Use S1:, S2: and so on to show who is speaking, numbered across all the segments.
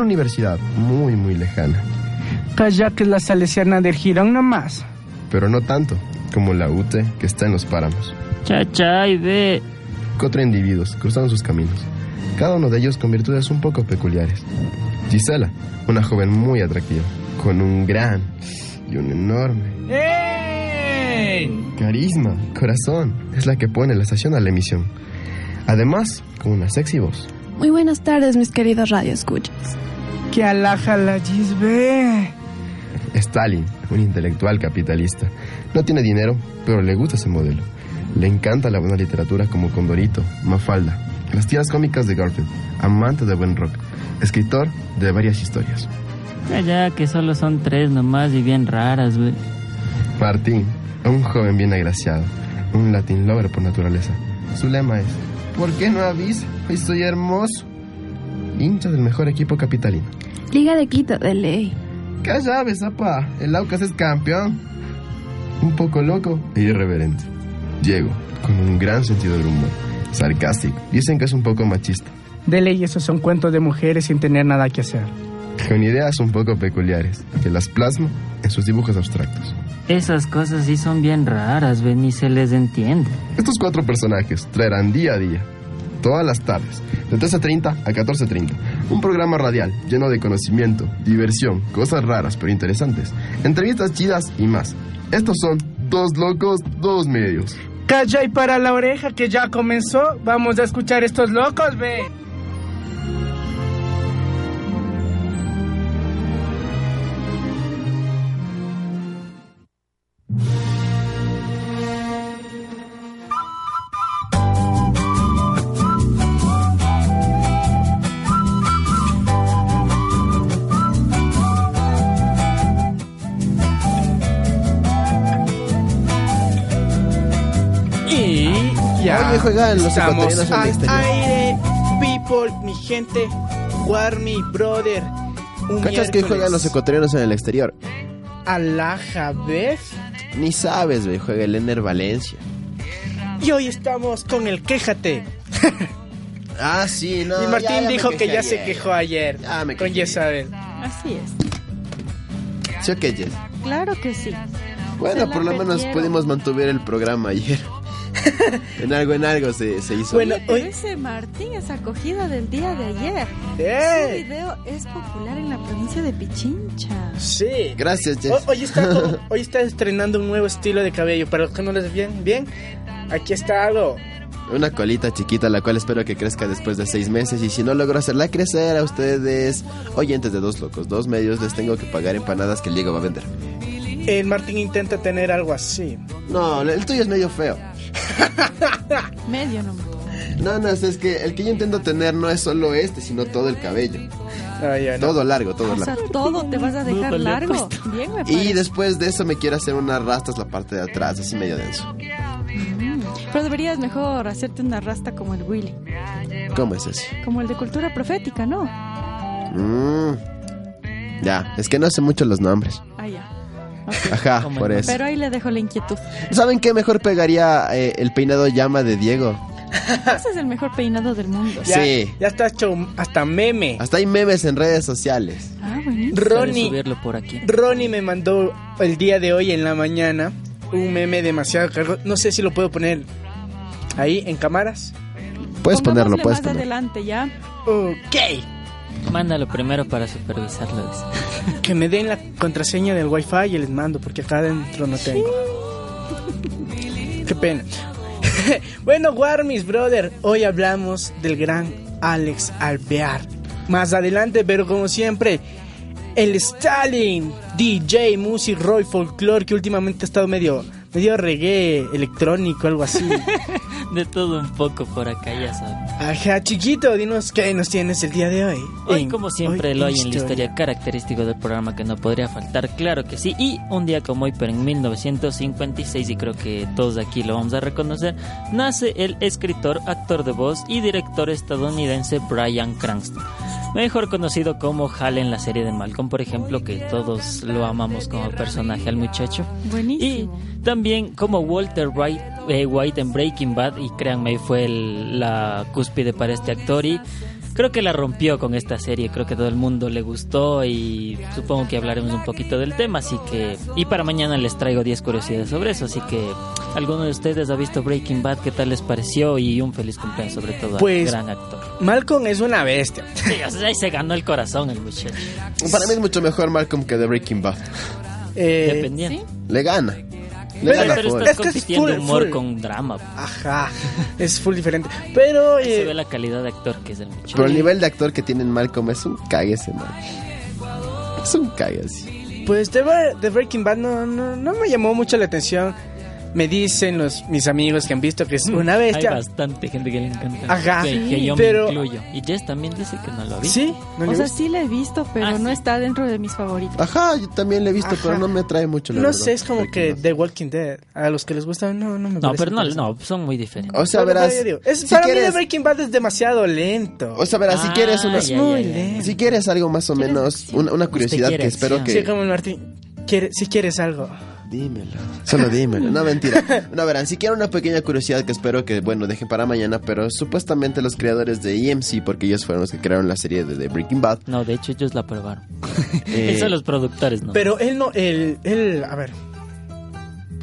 S1: universidad muy, muy lejana.
S2: Calla que es la Salesiana del Girón nomás.
S1: Pero no tanto como la UTE que está en los páramos.
S3: Chachay, ve.
S1: Cuatro individuos cruzaron sus caminos, cada uno de ellos con virtudes un poco peculiares. Gisela, una joven muy atractiva, con un gran y un enorme
S2: ¡Ey!
S1: carisma, corazón, es la que pone la estación a la emisión. Además, con una sexy voz.
S4: Muy buenas tardes, mis queridos radioescuchas.
S2: Que alaja la Gisbe.
S1: Stalin, un intelectual capitalista. No tiene dinero, pero le gusta ese modelo. Le encanta la buena literatura como Condorito, Mafalda, las tiras cómicas de Garfield, amante de buen rock, escritor de varias historias.
S3: Calla que solo son tres nomás y bien raras, güey.
S1: Martín, un joven bien agraciado, un latin lover por naturaleza. Su lema es, ¿por qué no avisa? Estoy hermoso. Hincha del mejor equipo capitalino.
S4: Liga de Quito, de ley.
S1: ¿Qué llaves, apa? El Aucas es campeón. Un poco loco e irreverente. Diego, con un gran sentido del humor. Sarcástico. Dicen que es un poco machista.
S2: De ley, esos son cuentos de mujeres sin tener nada que hacer.
S1: Con ideas un poco peculiares, que las plasma en sus dibujos abstractos.
S3: Esas cosas sí son bien raras, güey, ni se les entiende.
S1: Estos cuatro personajes traerán día a día, todas las tardes, de 13.30 a 14.30, un programa radial lleno de conocimiento, diversión, cosas raras pero interesantes, entrevistas chidas y más. Estos son dos locos, dos medios.
S2: Calla y para la oreja que ya comenzó. Vamos a escuchar estos locos, ve. Y ya.
S5: Oye, juegan los
S2: Estamos
S5: ecuatorianos en el exterior.
S2: al aire, people, mi gente, war me brother. Un
S5: ¿Cachas que
S2: miércoles.
S5: juegan los ecuatorianos en el exterior?
S2: Alaja, ¿ves?
S5: Ni sabes, güey, juega el Ener Valencia.
S2: Y hoy estamos con el quéjate.
S5: Ah, sí, no.
S2: y
S5: ya,
S2: Martín
S5: ya me
S2: dijo que
S5: quejé
S2: ya
S5: ayer.
S2: se quejó ayer
S5: Ya me
S2: con
S5: quejé.
S2: Yesabel.
S6: Así es.
S5: ¿Sí o qué, Jess?
S6: Claro que sí.
S5: Bueno,
S6: Se la
S5: por lo menos
S6: perdieron.
S5: pudimos mantener el programa ayer. en algo, en algo se, se hizo.
S2: Bueno,
S6: Pero
S2: hoy.
S6: ese Martín es acogida del día de ayer. Su
S2: ¡Eh!
S6: video es popular en la provincia de Pichincha.
S2: Sí.
S5: Gracias, Jess.
S2: Ho- Hoy está, como- hoy está estrenando un nuevo estilo de cabello. Para los que no les bien, bien. Aquí está algo.
S5: Una colita chiquita, la cual espero que crezca después de seis meses. Y si no logro hacerla crecer a ustedes, oyentes de dos locos, dos medios, les tengo que pagar empanadas que el Diego va a vender.
S2: El Martín intenta tener algo así.
S5: No, el tuyo es medio feo.
S6: Medio nomás.
S5: No, no, es que el que yo intento tener no es solo este, sino todo el cabello.
S2: Ah, ya, no.
S5: Todo largo, todo
S6: O sea,
S5: largo.
S6: todo te vas a dejar largo. Bien, me parece.
S5: Y después de eso me quiero hacer unas rastas la parte de atrás, así medio denso.
S6: Pero deberías mejor hacerte una rasta como el Willy.
S5: ¿Cómo es eso?
S6: Como el de cultura profética, ¿no?
S5: Mm. Ya, es que no sé mucho los nombres.
S6: Ah, ya. Ok.
S5: Ajá,
S3: Como
S5: por
S3: no.
S5: eso.
S6: Pero ahí le dejo la inquietud.
S5: ¿Saben qué mejor pegaría eh, el peinado llama de Diego?
S6: Ese es el mejor peinado del mundo.
S2: Ya,
S5: Sí.
S2: ya está hecho hasta meme.
S5: Hasta hay memes en redes sociales.
S6: Ah, buenísimo.
S3: Ronnie.
S2: Ronnie,
S3: subirlo por aquí.
S2: Ronnie me mandó el día de hoy en la mañana un meme demasiado cargo. No sé si lo puedo poner ahí en cámaras.
S5: Puedes ponerlo,
S6: Pongámosle
S5: puedes
S6: más
S5: ponerlo.
S6: adelante, ¿ya?
S2: Ok.
S3: Mándalo primero para supervisarlo. dice.
S2: Que me den la contraseña del wifi y les mando porque acá adentro no tengo. Qué pena. bueno, Warmis Brother, hoy hablamos del gran Alex Alvear. Más adelante, pero como siempre, el Stalin, DJ, music, Roy, folklore, que últimamente ha estado medio, medio reggae, electrónico, algo así.
S3: De todo un poco por acá, ya sabes.
S2: Ajá, chiquito, dinos qué nos tienes el día de hoy.
S3: Hoy,
S2: En-
S3: como siempre, el hoy en la
S2: historia.
S3: historia característico del programa que no podría faltar, claro que sí. Y un día como hoy, pero en 1956, y creo que todos aquí lo vamos a reconocer, nace el escritor, actor de voz y director estadounidense Brian Cranston. Mejor conocido como Hal en la serie de Malcolm, por ejemplo, que todos lo amamos como personaje al muchacho. Y
S6: Buenísimo.
S3: también como Walter Wright, eh, White en Breaking Bad, y créanme, fue el- la cúspide para este actor. Y creo que la rompió con esta serie, creo que todo el mundo le gustó y supongo que hablaremos un poquito del tema, así que... Y para mañana les traigo 10 curiosidades sobre eso, así que alguno de ustedes ha visto Breaking Bad, ¿qué tal les pareció? Y un feliz cumpleaños sobre todo
S2: Pues-
S3: al gran actor.
S2: Malcolm es una bestia.
S3: Sí, o sea, ahí se ganó el corazón el muchacho.
S5: Para mí es mucho mejor Malcolm que The Breaking Bad.
S2: Eh,
S3: Dependiente.
S5: Le gana. Le
S2: Pero-
S5: gana
S3: Pero
S5: full.
S3: estás
S2: Es que es
S3: compitiendo
S2: full-
S3: humor
S2: full.
S3: con drama.
S2: ajá, es full diferente. Pero
S3: Ahí se
S2: eh,
S3: ve la calidad de actor que es el muchacho.
S5: Pero el nivel de actor que tiene en Malcolm es un cague ese man. Es un cague así.
S2: Pues The, Bre- The Breaking Bad no, no, no me llamó mucho la atención. Me dicen los mis amigos que han visto que es una
S3: Mm, Hay
S2: bestia.
S3: bastante gente que le encanta.
S2: Ajá.
S3: Que, que yo
S2: Pero-
S3: me incluyo. Y Jess también dice que no lo ha visto.
S2: Sí, no, le
S6: O sea,
S2: gusta.
S6: sí la he visto, pero
S3: Ah,
S6: no
S3: sí.
S6: está dentro de mis favoritos.
S5: Ajá, yo también le he visto,
S2: Ajá.
S5: pero no me atrae mucho. La
S2: No
S5: verdad,
S2: sé, es como
S5: Breaking
S2: que
S5: Bad.
S2: The Walking Dead. A los que les gusta, no, no me
S3: No,
S2: parece
S3: pero no,
S2: interesante.
S3: no, son muy diferentes.
S5: O sea,
S2: Pero,
S5: verás.
S2: pero yo digo, es-
S5: si
S2: para mí The
S5: quieres,
S2: Breaking Bad es demasiado lento.
S5: o sea, verás, si
S3: Ah,
S5: quieres una,
S3: ya,
S2: Es muy
S3: ya, ya.
S2: lento.
S5: si quieres algo más o menos, una, una curiosidad
S3: quiere
S5: que espero
S3: acción.
S5: que.
S2: Sí, como el Martín. quiere- si quieres algo.
S5: Dímelo. Solo dímelo. No, mentira. No, verán, siquiera una pequeña curiosidad que espero que, bueno, dejen para mañana, pero supuestamente los creadores de EMC, porque ellos fueron los que crearon la serie de The Breaking Bad.
S3: No, de hecho ellos la aprobaron.
S5: eh,
S3: Eso los productores, ¿no?
S2: Pero él no, él, él, a ver.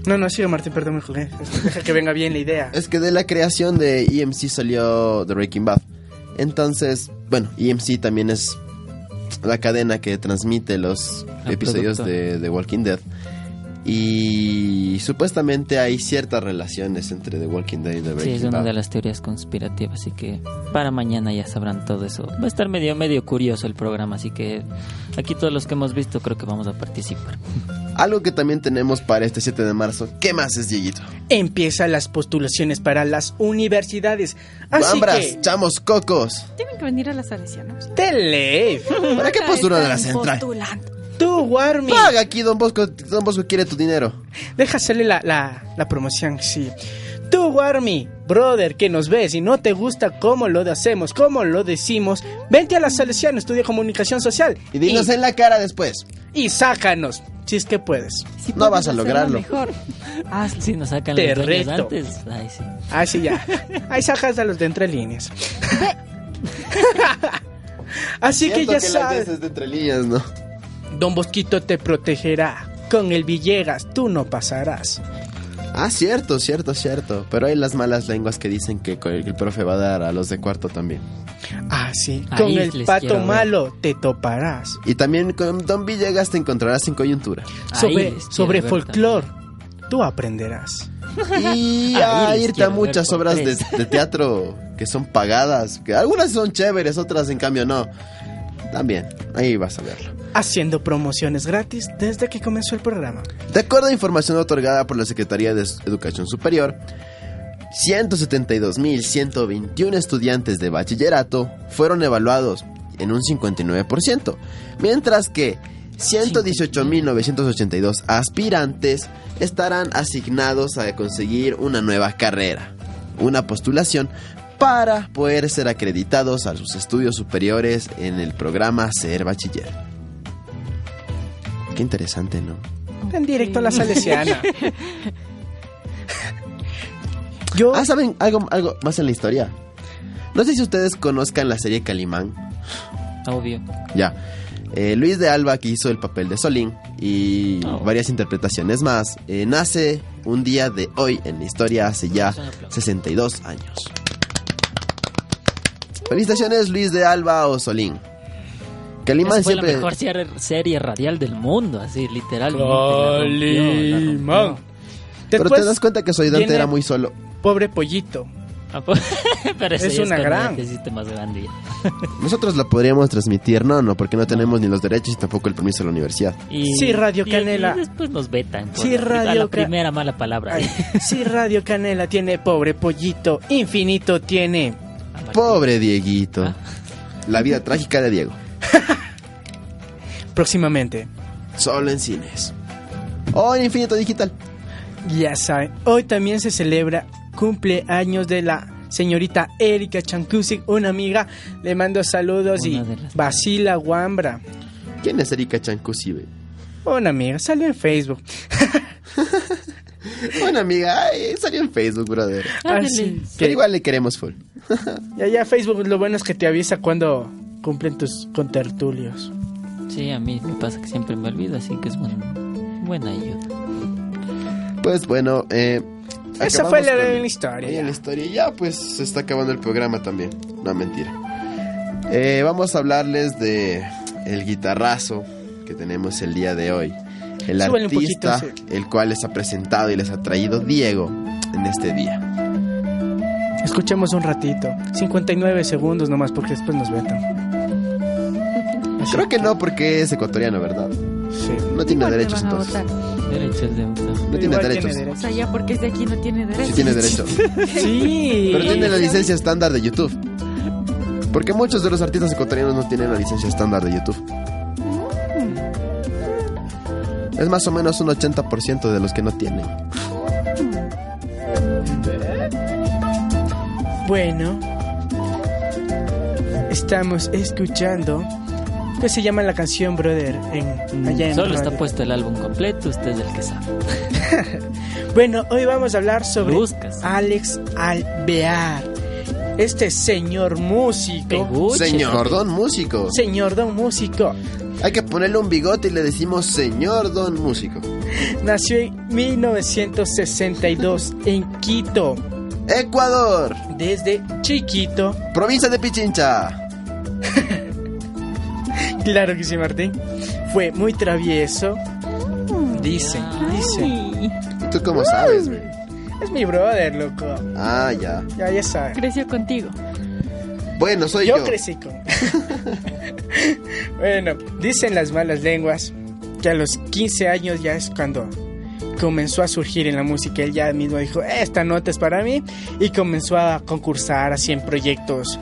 S2: No, no, sigue Martín, perdón, me jugué. Deja que venga bien la idea.
S5: Es que de la creación de EMC salió The Breaking Bad. Entonces, bueno, EMC también es la cadena que transmite los
S3: La
S5: episodios
S3: productora.
S5: de, de Walking Dead. Y supuestamente hay ciertas relaciones entre The Walking Dead y The
S3: Sí,
S5: Breaking
S3: es una
S5: Bad.
S3: de las teorías conspirativas, así que para mañana ya sabrán todo eso. Va a estar medio medio curioso el programa, así que aquí todos los que hemos visto creo que vamos a participar.
S5: Algo que también tenemos para este 7 de marzo. ¿Qué más es, Dieguito?
S2: Empiezan las postulaciones para las universidades. Así
S5: Bambras,
S2: que,
S5: chamos, cocos.
S6: Tienen que venir a las salesianas.
S2: tele.
S5: ¿Para qué postulan a la central?
S2: Tú, Warmi.
S5: Paga aquí, Don Bosco. Don Bosco quiere tu dinero.
S2: Deja hacerle la, la, la promoción, sí. Tú, Warmi, brother, que nos ves y no te gusta cómo lo hacemos, cómo lo decimos, vente a la Salesiana, estudia comunicación social
S5: Y dinos en la cara después.
S2: y sácanos, si es que puedes.
S6: Si
S5: No
S6: puedes
S5: vas a
S6: hacerlo
S5: lograrlo.
S6: Mejor.
S3: Ah, sí, nos sacan
S2: Te
S3: los dueños
S2: reto.
S3: antes. Ay, sí.
S2: Así ya. Ahí sacas a los de entre líneas. Así que
S5: Siento
S2: ya
S5: la
S2: sabes,
S5: idea es de entre líneas, ¿no?
S2: Don Bosquito te protegerá. Con el Villegas tú no pasarás.
S5: Ah, cierto, cierto, cierto. Pero hay las malas lenguas que dicen que co- el profe va a dar a los de cuarto también.
S2: Ah, sí.
S3: Ahí
S2: Con el
S3: les
S2: pato
S3: quiero ver.
S2: malo te toparás.
S5: Y también con Don Villegas te encontrarás en coyuntura.
S3: Ahí les
S2: Sobre,
S3: quiero
S2: sobre
S3: ver
S2: folclore tú aprenderás.
S5: Y
S3: Ahí
S5: a
S3: les
S5: irte a
S3: quiero ver
S5: muchas
S3: por
S5: obras de,
S3: tres.
S5: de teatro que son pagadas. Que algunas son chéveres, otras en cambio no. También, ahí vas a verlo.
S2: haciendo promociones gratis desde que comenzó el programa.
S5: De acuerdo a información otorgada por la Secretaría de Educación Superior, 172.121 estudiantes de bachillerato fueron evaluados en un 59%, mientras que 118.982 aspirantes estarán asignados a conseguir una nueva carrera, una postulación para poder ser acreditados a sus estudios superiores en el programa Ser Bachiller. Qué interesante, ¿no?
S2: En directo a la Salesiana. Yo,
S5: Ah, ¿saben algo, algo más en la historia? No sé si ustedes conozcan la serie Calimán.
S3: Obvio.
S5: Ya. Eh, Luis de Alba, que hizo el papel de Solín y
S3: Oh.
S5: varias interpretaciones más, eh, nace un día de hoy en la historia hace ya 62 años. Felicitaciones, Luis de Alba o Solín. Calimán
S3: Esa fue la
S5: siempre.
S3: mejor serie, serie radial del mundo, así, literalmente. la rompió, la rompió.
S5: Pero
S2: después,
S5: te das cuenta que su ayudante
S2: viene-
S5: era muy solo.
S2: pobre pollito.
S3: Ah, pues, Pero eso
S2: Es
S3: ya
S2: una
S3: cuando
S2: gran.
S3: ya te hiciste más grande ya.
S5: Nosotros la podríamos transmitir, no, no, porque no tenemos ni los derechos y tampoco el permiso de la universidad.
S3: Y-
S2: Sí, Radio
S3: y-
S2: Canela.
S3: Y, después nos vetan. por
S2: Sí,
S3: la-
S2: Radio
S3: La
S2: Ca-
S3: primera mala palabra.
S2: Ay, si Radio Canela tiene pobre pollito, infinito tiene.
S5: Pobre Dieguito.
S3: Ah.
S5: La vida trágica de Diego.
S2: Próximamente,
S5: Solo en cines. O en Infinito Digital.
S2: ya saben, hoy también se celebra cumpleaños de la señorita Erika Chancusic, una amiga. Le mando saludos
S3: Una de
S2: y
S3: las-
S2: Basila Guambra.
S5: ¿Quién es Erika Chancusibe?
S2: Una amiga, salió en Facebook.
S5: Una amiga, ay, salió en Facebook, brother.
S6: Ah,
S2: Así
S5: Pero
S2: que-
S5: igual le queremos full.
S2: Ah, Ya, ya Facebook lo bueno es que te avisa cuando cumplen tus contertulios.
S3: Sí, a mí me pasa que siempre me olvido, así que es buen- buena ayuda.
S5: Pues bueno, eh.
S2: Esa
S5: acabamos
S2: fue la,
S5: con-
S2: la historia.
S5: Ahí en
S2: ya.
S5: la historia. Ya, pues se está acabando el programa también. No, mentira. Eh, vamos a hablarles de el guitarrazo que tenemos el día de hoy. El
S2: Súbele un
S5: artista,
S2: poquito,
S5: el cual les ha presentado y les ha traído Diego en este día.
S2: Escuchemos un ratito. 59 segundos nomás porque después nos vetan. Así
S5: Creo que no, porque es ecuatoriano, ¿verdad?
S2: Sí.
S5: No tiene
S6: Igual te
S5: derechos
S6: van a
S5: entonces.
S6: votar.
S3: Derechos de autor.
S5: No tiene
S2: Igual
S5: derechos.
S6: O sea, ya porque es de aquí no tiene derecho.
S5: Sí tiene derechos.
S2: Sí.
S5: Pero tiene la licencia estándar de YouTube. Porque muchos de los artistas ecuatorianos no tienen la licencia estándar de YouTube. Es más o menos un 80% de los que no tienen.
S2: Bueno, estamos escuchando. ¿Qué se llama la canción, brother? En, allá en
S3: Mm, Solo
S2: radio.
S3: está puesto el álbum completo, usted es el que sabe.
S2: Bueno, hoy vamos a hablar sobre Ah,
S3: Buscas.
S2: Alex Alvear. Este señor músico.
S3: Peguche,
S5: Señor
S3: papi.
S5: Don Músico.
S2: Señor don músico.
S5: Hay que ponerle un bigote y le decimos Señor Don Músico.
S2: Nació en 1962 en Quito.
S5: Ecuador,
S2: Desde chiquito.
S5: provincia de Pichincha.
S2: Claro que sí, Martín. Fue muy travieso. Dicen,
S3: Ah,
S2: dicen.
S5: ¿Y tú cómo sabes, güey?
S2: Es mi brother, loco.
S5: Ah, ya.
S2: Ya, ya sabes.
S6: Creció contigo.
S5: Bueno, soy yo.
S2: Yo crecí con. bueno, dicen las malas lenguas que a los 15 años ya es cuando comenzó a surgir en la música. Él ya mismo dijo, esta nota es para mí. Y comenzó a concursar así en proyectos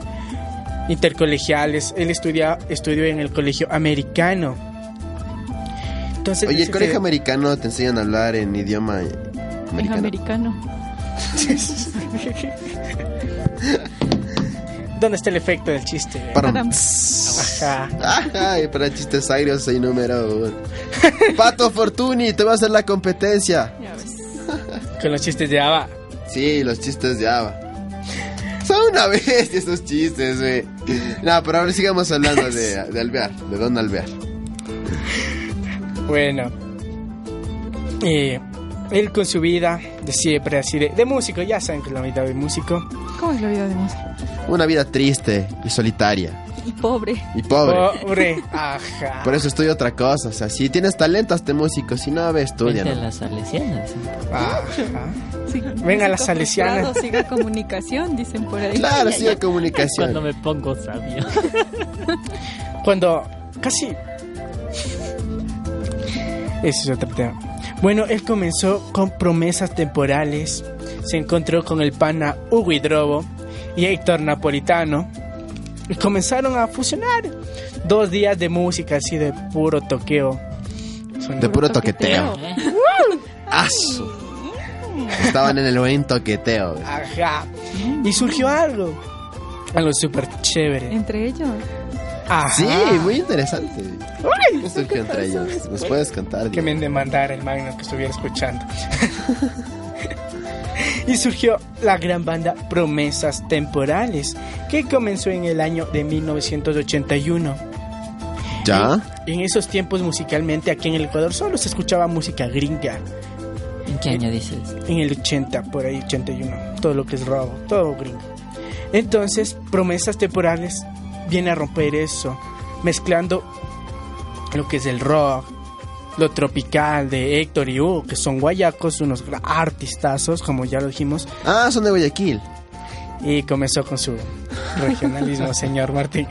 S2: intercolegiales. Él estudia, estudió en el colegio americano. Entonces,
S5: Oye, el
S2: dice
S5: colegio
S2: que-
S5: americano te enseñan a hablar en idioma
S6: Es
S5: americano.
S6: americano.
S2: ¿Dónde está el efecto del chiste?
S5: Para
S6: Adam.
S2: Ajá.
S5: Ay, para chistes agrios soy número uno. Pato Fortuny, te va a hacer la competencia.
S6: Ya ves.
S2: Con los chistes de Ava.
S5: Sí, los chistes de Ava. Son una vez esos chistes, güey. No, pero ahora sigamos hablando de, de Alvear, de Don Alvear.
S2: Bueno, eh, él con su vida de siempre, así de, de músico, ya saben que la mitad de músico.
S6: ¿Cómo es la vida de música?
S5: Una vida triste y solitaria
S6: Y pobre.
S5: y pobre.
S2: Oh. Pobre, ajá.
S5: Por eso estudia otra cosa. O sea, si tienes talento, hazte músico. Si no, ve, estudia.
S3: Vente a
S5: ¿no?
S3: la salesiana. dicen.
S2: ajá.
S6: Sí,
S2: Venga, la
S6: músico
S2: salesiana.
S6: frustrado, Siga comunicación, dicen por ahí.
S5: Claro, sigue
S3: Cuando
S5: comunicación.
S3: me pongo sabio.
S2: Cuando casi... Ese es otro tema. Bueno, él comenzó con promesas temporales, se encontró con el pana Hugo Hidrobo y Héctor Napolitano y comenzaron a fusionar dos días de música así de puro toqueo.
S5: De puro toqueteo.
S3: ¿Eh?
S5: ¡Asu! Estaban en el buen toqueteo. güey.
S2: Ajá. Y surgió algo. Algo súper chévere.
S6: Entre ellos.
S2: Ajá.
S5: Sí, muy interesante. ¿Qué surgió entre ellos? ¿Nos puedes contar?
S2: Que
S5: Diego?
S2: me demandara el magno que estuviera escuchando. y surgió la gran banda Promesas Temporales, que comenzó en el año de 1981.
S5: ¿Ya?
S2: En esos tiempos musicalmente aquí en el Ecuador solo se escuchaba música gringa.
S3: ¿En qué año dices?
S2: en el 80, por ahí 81, todo lo que es robo, todo gringo. Entonces, promesas temporales viene a romper eso, mezclando lo que es el rock, lo tropical de Héctor y Hugo, que son guayacos, unos gra- artistazos, como ya lo dijimos,
S5: Ah, son de Guayaquil.
S2: y comenzó con su regionalismo, señor Martín.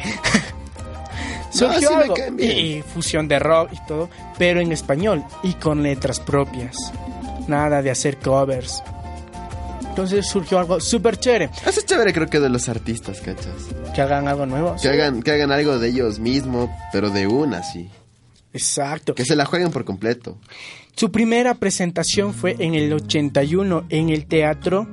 S5: sí
S2: Surgió
S5: me
S2: algo,
S5: caen
S2: y,
S5: bien.
S2: y fusión de rock y todo, pero en español y con letras propias. Nada de hacer covers. Entonces surgió algo súper chévere.
S5: Eso es chévere, creo que de los artistas, cachas.
S2: Que hagan algo nuevo.
S5: Que hagan, que hagan algo de ellos mismos, pero de una, sí.
S2: Exacto.
S5: Que se la jueguen por completo.
S2: Su primera presentación fue en el 81 en el teatro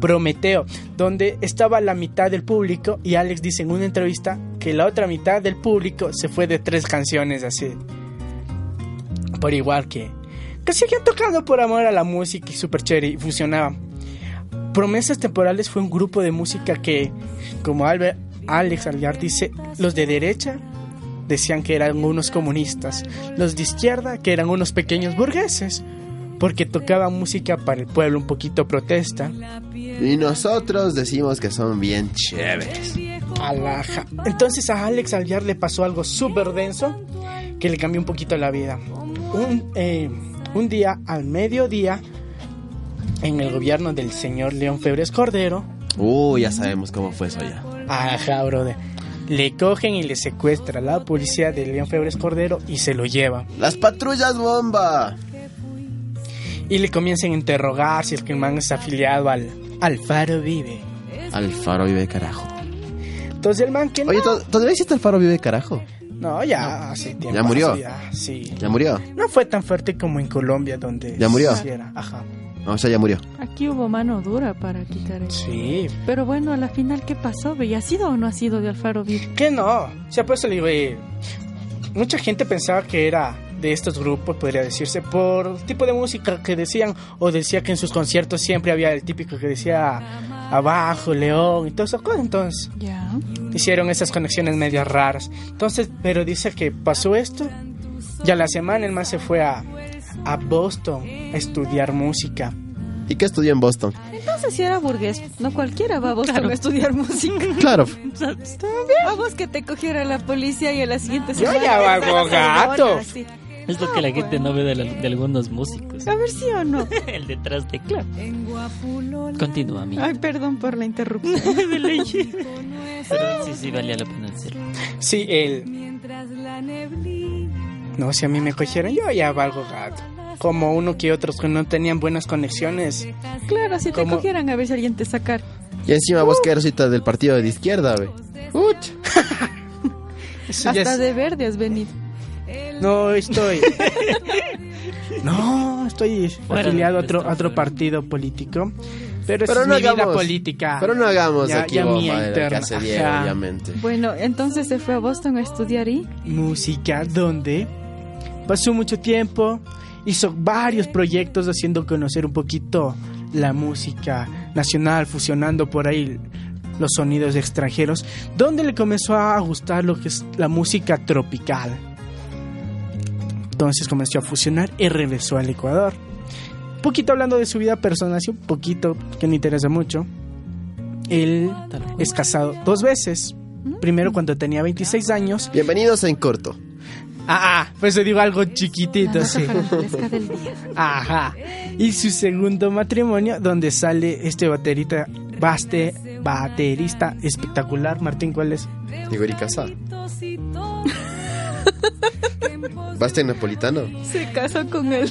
S2: Prometeo, donde estaba la mitad del público y Alex dice en una entrevista que la otra mitad del público se fue de tres canciones así. Por igual que que seguían tocando por amor a la música y super chévere y fusionaban. Promesas Temporales fue un grupo de música que, como Albert, Alex Algar dice, los de derecha decían que eran unos comunistas, los de izquierda que eran unos pequeños burgueses, porque tocaban música para el pueblo un poquito protesta.
S5: Y nosotros decimos que son bien chéveres.
S2: Alaja. Entonces a Alex Algar le pasó algo súper denso que le cambió un poquito la vida. Un, eh, un día, al mediodía, en el gobierno del señor León Febres Cordero,
S5: Uh, ya sabemos cómo fue eso ya.
S2: ajá, brother, le cogen y le secuestra a la policía de León Febres Cordero y se lo lleva.
S5: Las patrullas bomba.
S2: Y le comienzan a interrogar si es que el man es afiliado al, al Faro Vive.
S5: Al faro vive carajo.
S2: Entonces el man que no,
S5: Oye, ¿to- ¿todavía existe el faro vive carajo?
S2: no ya hace tiempo.
S5: murió?
S2: hace ya, sí.
S5: Ya murió.
S2: No fue tan fuerte como en Colombia donde
S5: ¿Ya murió?
S2: sí era, Ajá.
S5: No, o sea, ya murió.
S6: Aquí hubo mano dura para quitar eso.
S2: Sí,
S6: Pero bueno, a la final, ¿qué pasó? ve? ¿Y ha sido o no ha sido de Alfaro Vive?
S2: Que no. O sea, por eso le digo, eh, mucha gente pensaba que era de estos grupos, podría decirse, por el tipo de música que decían, o decía que en sus conciertos siempre había el típico que decía abajo, león y todas esas cosas. Entonces,
S6: Ya.
S2: hicieron esas conexiones medias raras. Entonces, pero dice que pasó esto, y a la semana el man se fue a, a Boston a estudiar música.
S5: ¿Y qué estudió en Boston?
S6: Entonces si era burgués, no cualquiera va a Boston a estudiar música.
S5: Claro.
S6: Vamos que te cogiera la policía y a la siguiente
S2: Yo
S6: semana...
S2: ya
S6: te
S2: hago
S6: sacas a
S2: gato.
S6: Madonna, sí.
S3: Es lo que la gente no ve de, la- de algunos músicos.
S6: A ver si o no.
S3: El detrás de claro. Continúa, amigo.
S6: Ay, perdón por la interrupción.
S3: de ley. Pero sí, sí, valía la pena decirlo.
S2: Sí, él. No, si a mí me cogieron, yo ya valgo gato. Como uno que otros que no tenían buenas conexiones.
S6: claro, si te
S2: ¿Cómo?
S6: cogieran a ver si alguien te sacar.
S5: Y encima vos que eres ahorita del partido de la izquierda, ve. Uch.
S2: Eso ya
S6: Hasta
S2: es-
S6: de verde has venido.
S2: No estoy. no, estoy
S3: Fuera de
S2: afiliado a otro,
S3: nuestra
S2: a otro
S3: fuera.
S2: político partido político. Pero, esa
S5: Pero
S2: es
S5: no
S2: mi vida
S5: hagamos-
S2: política.
S5: Pero no hagamos
S2: Ya-
S5: aquí
S2: ya mía
S5: bomba de la
S2: interna,
S5: casa diez,
S2: ajá.
S5: obviamente.
S6: Bueno, entonces se fue a Boston a estudiar y...
S2: música donde pasó mucho tiempo, hizo varios proyectos haciendo conocer un poquito la música nacional, fusionando por ahí los sonidos extranjeros, donde le comenzó a gustar lo que es la música tropical. Entonces comenzó a fusionar y regresó al Ecuador. Un poquito hablando de su vida personal, así un poquito que me interesa mucho. Él es casado dos veces. Primero cuando tenía 26 años
S5: Bienvenidos en corto.
S2: Ah, ah, pues te digo algo
S6: La
S2: chiquitito,
S6: nota
S2: sí.
S6: parentesca del día.
S2: Ajá. Y su segundo matrimonio, donde sale este baterita, baste, baterista espectacular. Martín, ¿cuál es?
S5: Igor y Casá. ¿Basta en napolitano?
S6: Se casó con él.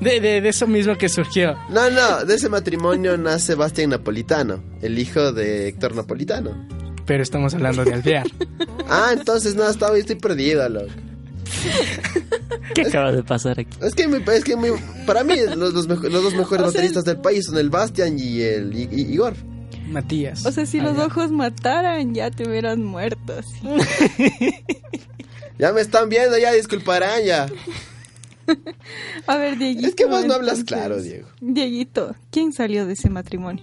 S2: De, de, de eso mismo que surgió.
S5: No, no, de ese matrimonio nace Bastian Napolitano, el hijo de Héctor Napolitano.
S2: Pero estamos hablando de Alvear.
S5: Ah, entonces no, estaba, estoy perdido, loco.
S3: ¿Qué acaba de pasar aquí?
S5: Es que, me- es que me- para mí los, los, mejo- los dos mejores
S6: O sea,
S5: bateristas del país son el Bastian y el I- I- Igor.
S2: Matías.
S6: O sea,
S5: Ah,
S6: si los
S2: Alvear.
S6: ojos mataran, ya te hubieran muerto. sí.
S5: Ya me están viendo, ya disculparán, ya.
S6: A ver, Dieguito.
S5: Es que vos no hablas
S6: entonces.
S5: claro, Diego.
S6: Dieguito, ¿quién salió de ese matrimonio?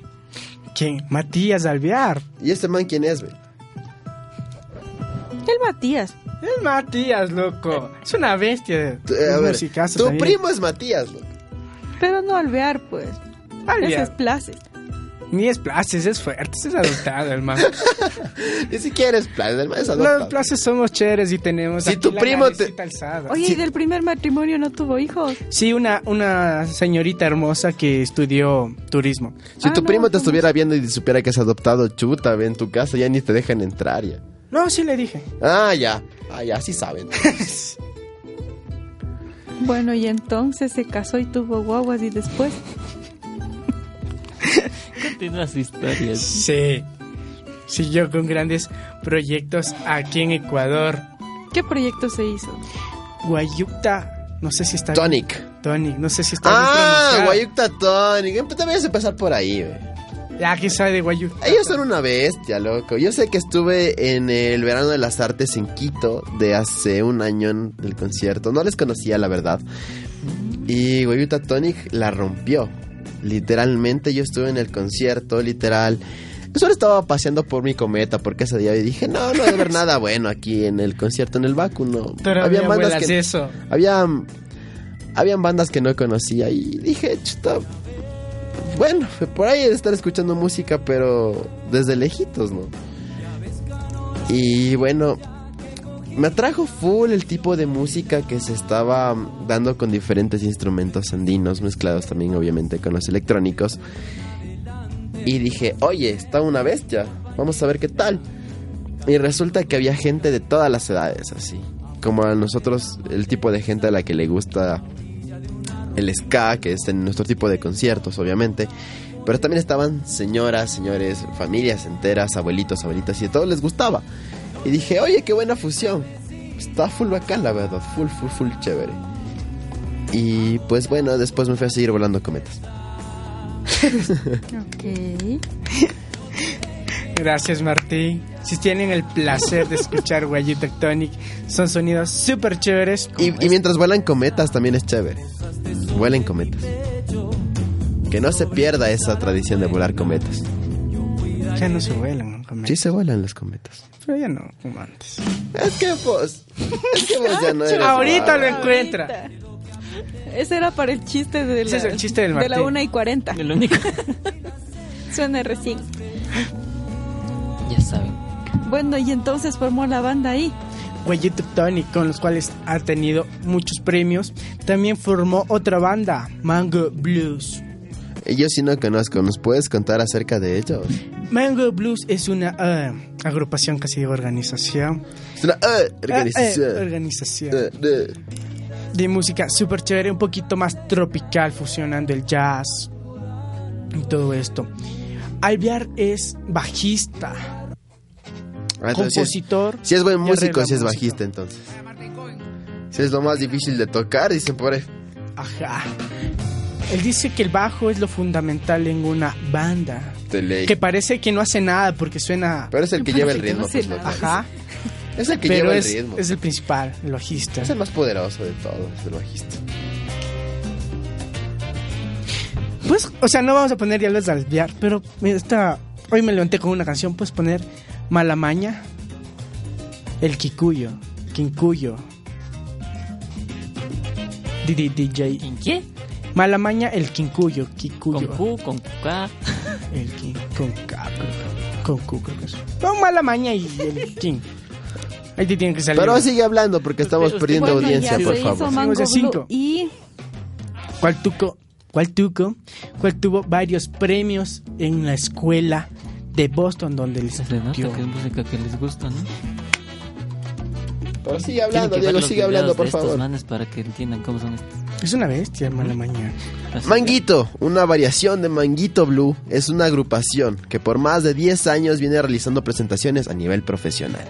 S2: ¿Quién? Matías Alvear.
S5: ¿Y este man quién es, güey?
S6: El Matías.
S2: Es Matías, loco. Es una bestia.
S5: Tú- eh, A
S2: Un
S5: ver,
S2: musicazo
S5: tu
S2: también.
S5: primo es Matías, loco.
S6: Pero no alvear, pues. Ese es
S2: Alvear.
S6: Place.
S2: Ni es Places, es fuerte, es adoptado, hermano.
S5: Ni siquiera es Plaza, el man es
S2: Los
S5: adoptado.
S2: Places somos chéveres y tenemos.
S5: Si
S2: aquí
S5: tu
S2: la
S5: primo te-
S2: naricita alzada.
S6: Oye,
S5: Sí.
S6: ¿y del primer matrimonio no tuvo hijos?
S2: Sí, una, una señorita hermosa que estudió turismo.
S5: Si
S6: Ah,
S5: tu
S6: no,
S5: primo te
S6: ¿cómo?
S5: estuviera viendo y supiera que es adoptado, chuta, ve en tu casa, ya ni te dejan entrar, ya.
S2: No, sí le dije.
S5: Ah, ya. Ah, ya, sí saben.
S6: Bueno, y entonces se casó y tuvo guaguas y después.
S3: Continúas historias.
S2: Sí. Siguió con grandes proyectos aquí en Ecuador.
S6: ¿Qué proyecto se hizo?
S2: Guayucta, no sé si está bien-
S5: Tonic.
S2: Tonic, no sé si está bien
S5: Ah,
S2: pronunciado.
S5: Guayucta Tonic. Empe- Te vayas a empezar por ahí, güey.
S2: Ya Ah, que sabe de Guayucta.
S5: Ellos son una bestia, loco. Yo sé que estuve en el verano de las artes en Quito de hace un año en el concierto. No les conocía, la verdad. Y Guayuta Tonic la rompió. Literalmente yo estuve en el concierto, literal. Yo solo estaba paseando por mi cometa porque ese día y dije, no, no va a haber nada bueno aquí en el concierto en el Baku, no.
S2: Todavía vuelas
S5: que
S2: eso.
S5: había habían bandas que no conocía y dije, chuta, bueno, por ahí de estar escuchando música, pero desde lejitos, ¿no? Y bueno, me atrajo full el tipo de música que se estaba dando con diferentes instrumentos andinos, mezclados también obviamente con los electrónicos. Y dije, oye, está una bestia, vamos a ver qué tal. Y resulta que había gente de todas las edades, así. Como a nosotros, el tipo de gente a la que le gusta el ska, que es en nuestro tipo de conciertos, obviamente. Pero también estaban señoras, señores, familias enteras, abuelitos, abuelitas, y a todos les gustaba. Y dije, oye, qué buena fusión. Está full bacán, la verdad. Full, full, full chévere. Y pues bueno, después me fui a seguir volando cometas.
S6: Ok.
S2: Gracias, Martín. Si tienen el placer de escuchar Guayu Tectonic, son sonidos súper chéveres.
S5: Y, y mientras vuelan cometas también es chévere. Vuelen cometas. Que no se pierda esa tradición de volar cometas.
S2: Ya no se vuelan, ¿no? Como-
S5: Sí se vuelan las cometas.
S2: Pero ya no, como antes.
S5: Es que vos. Es que vos ya no eres.
S2: Ahorita lo
S5: guau.
S2: encuentra.
S6: Ese era para el chiste de la,
S2: Ese es el chiste del
S6: de la
S2: Martín.
S6: 1 y 40.
S3: El único.
S6: Suena recién.
S3: ya saben.
S6: Bueno, y entonces formó la banda ahí.
S2: Guayu Tectonic, con los cuales ha tenido muchos premios, también formó otra banda, Mango Blues.
S5: Y Yo sí no conozco. ¿Nos puedes contar acerca de ellos?
S2: Mango Blues es una eh, agrupación, casi digo organización.
S5: Es una eh,
S2: Eh, eh,
S5: organización.
S2: organización.
S5: Eh, eh.
S2: de música súper chévere, un poquito más tropical, fusionando el jazz y todo esto. Alvear es bajista,
S5: Ah, entonces, sí es-
S2: compositor.
S5: Si es buen
S2: y
S5: músico,
S2: arregla
S5: si es
S2: música.
S5: bajista, entonces. Si es lo más difícil de tocar, dicen por ahí.
S2: Ajá. Él dice que el bajo es lo fundamental en una banda.
S5: Te leí.
S2: Que parece que no hace nada porque suena.
S5: Pero es el que lleva el ritmo.
S6: Parece
S5: pues,
S6: que no
S5: loco.
S6: hace
S2: Ajá.
S5: Es el que
S2: Pero
S5: lleva
S2: es,
S5: el ritmo.
S2: es el principal, el bajista.
S5: Es el más poderoso de todos, es el bajista.
S2: Pues, o sea, no vamos a poner diálogos al Alvear, pero esta, hoy me levanté con una canción, puedes poner Malamaña, El Kikuyo, Kinkuyo. Didi DJ.
S3: ¿En qué?
S2: Malamaña, el Kinkuyo,
S3: Con
S2: Kikuyo.
S3: Q, con K.
S2: El Kin, con K, creo. con Q, creo que es. No, Malamaña y el Kin. Ahí te tienen que salir.
S5: Pero sigue hablando porque estamos
S3: Usted-
S5: perdiendo
S3: bueno,
S5: audiencia,
S3: ya
S5: por
S6: se
S5: favor.
S6: hizo Mango
S2: Tenemos de
S6: Blue
S2: cinco.
S6: y
S2: ¿Cuál tuco? ¿Cuál tuco? ¿Cuál tuvo varios premios en la escuela de Boston donde les
S3: Se le nota que
S2: dio?
S3: es música que les gusta, ¿no?
S5: Pero sigue
S3: Tienen
S5: hablando,
S3: que ver
S5: Diego,
S3: los
S5: sigue hablando,
S3: videos
S5: por
S3: de estos
S5: favor.
S3: manes para que entiendan cómo son estos.
S2: Es una bestia, Malamaña.
S3: Así
S5: Manguito, una variación de Manguito Blue, es una agrupación que por más de 10 años viene realizando presentaciones a nivel profesional,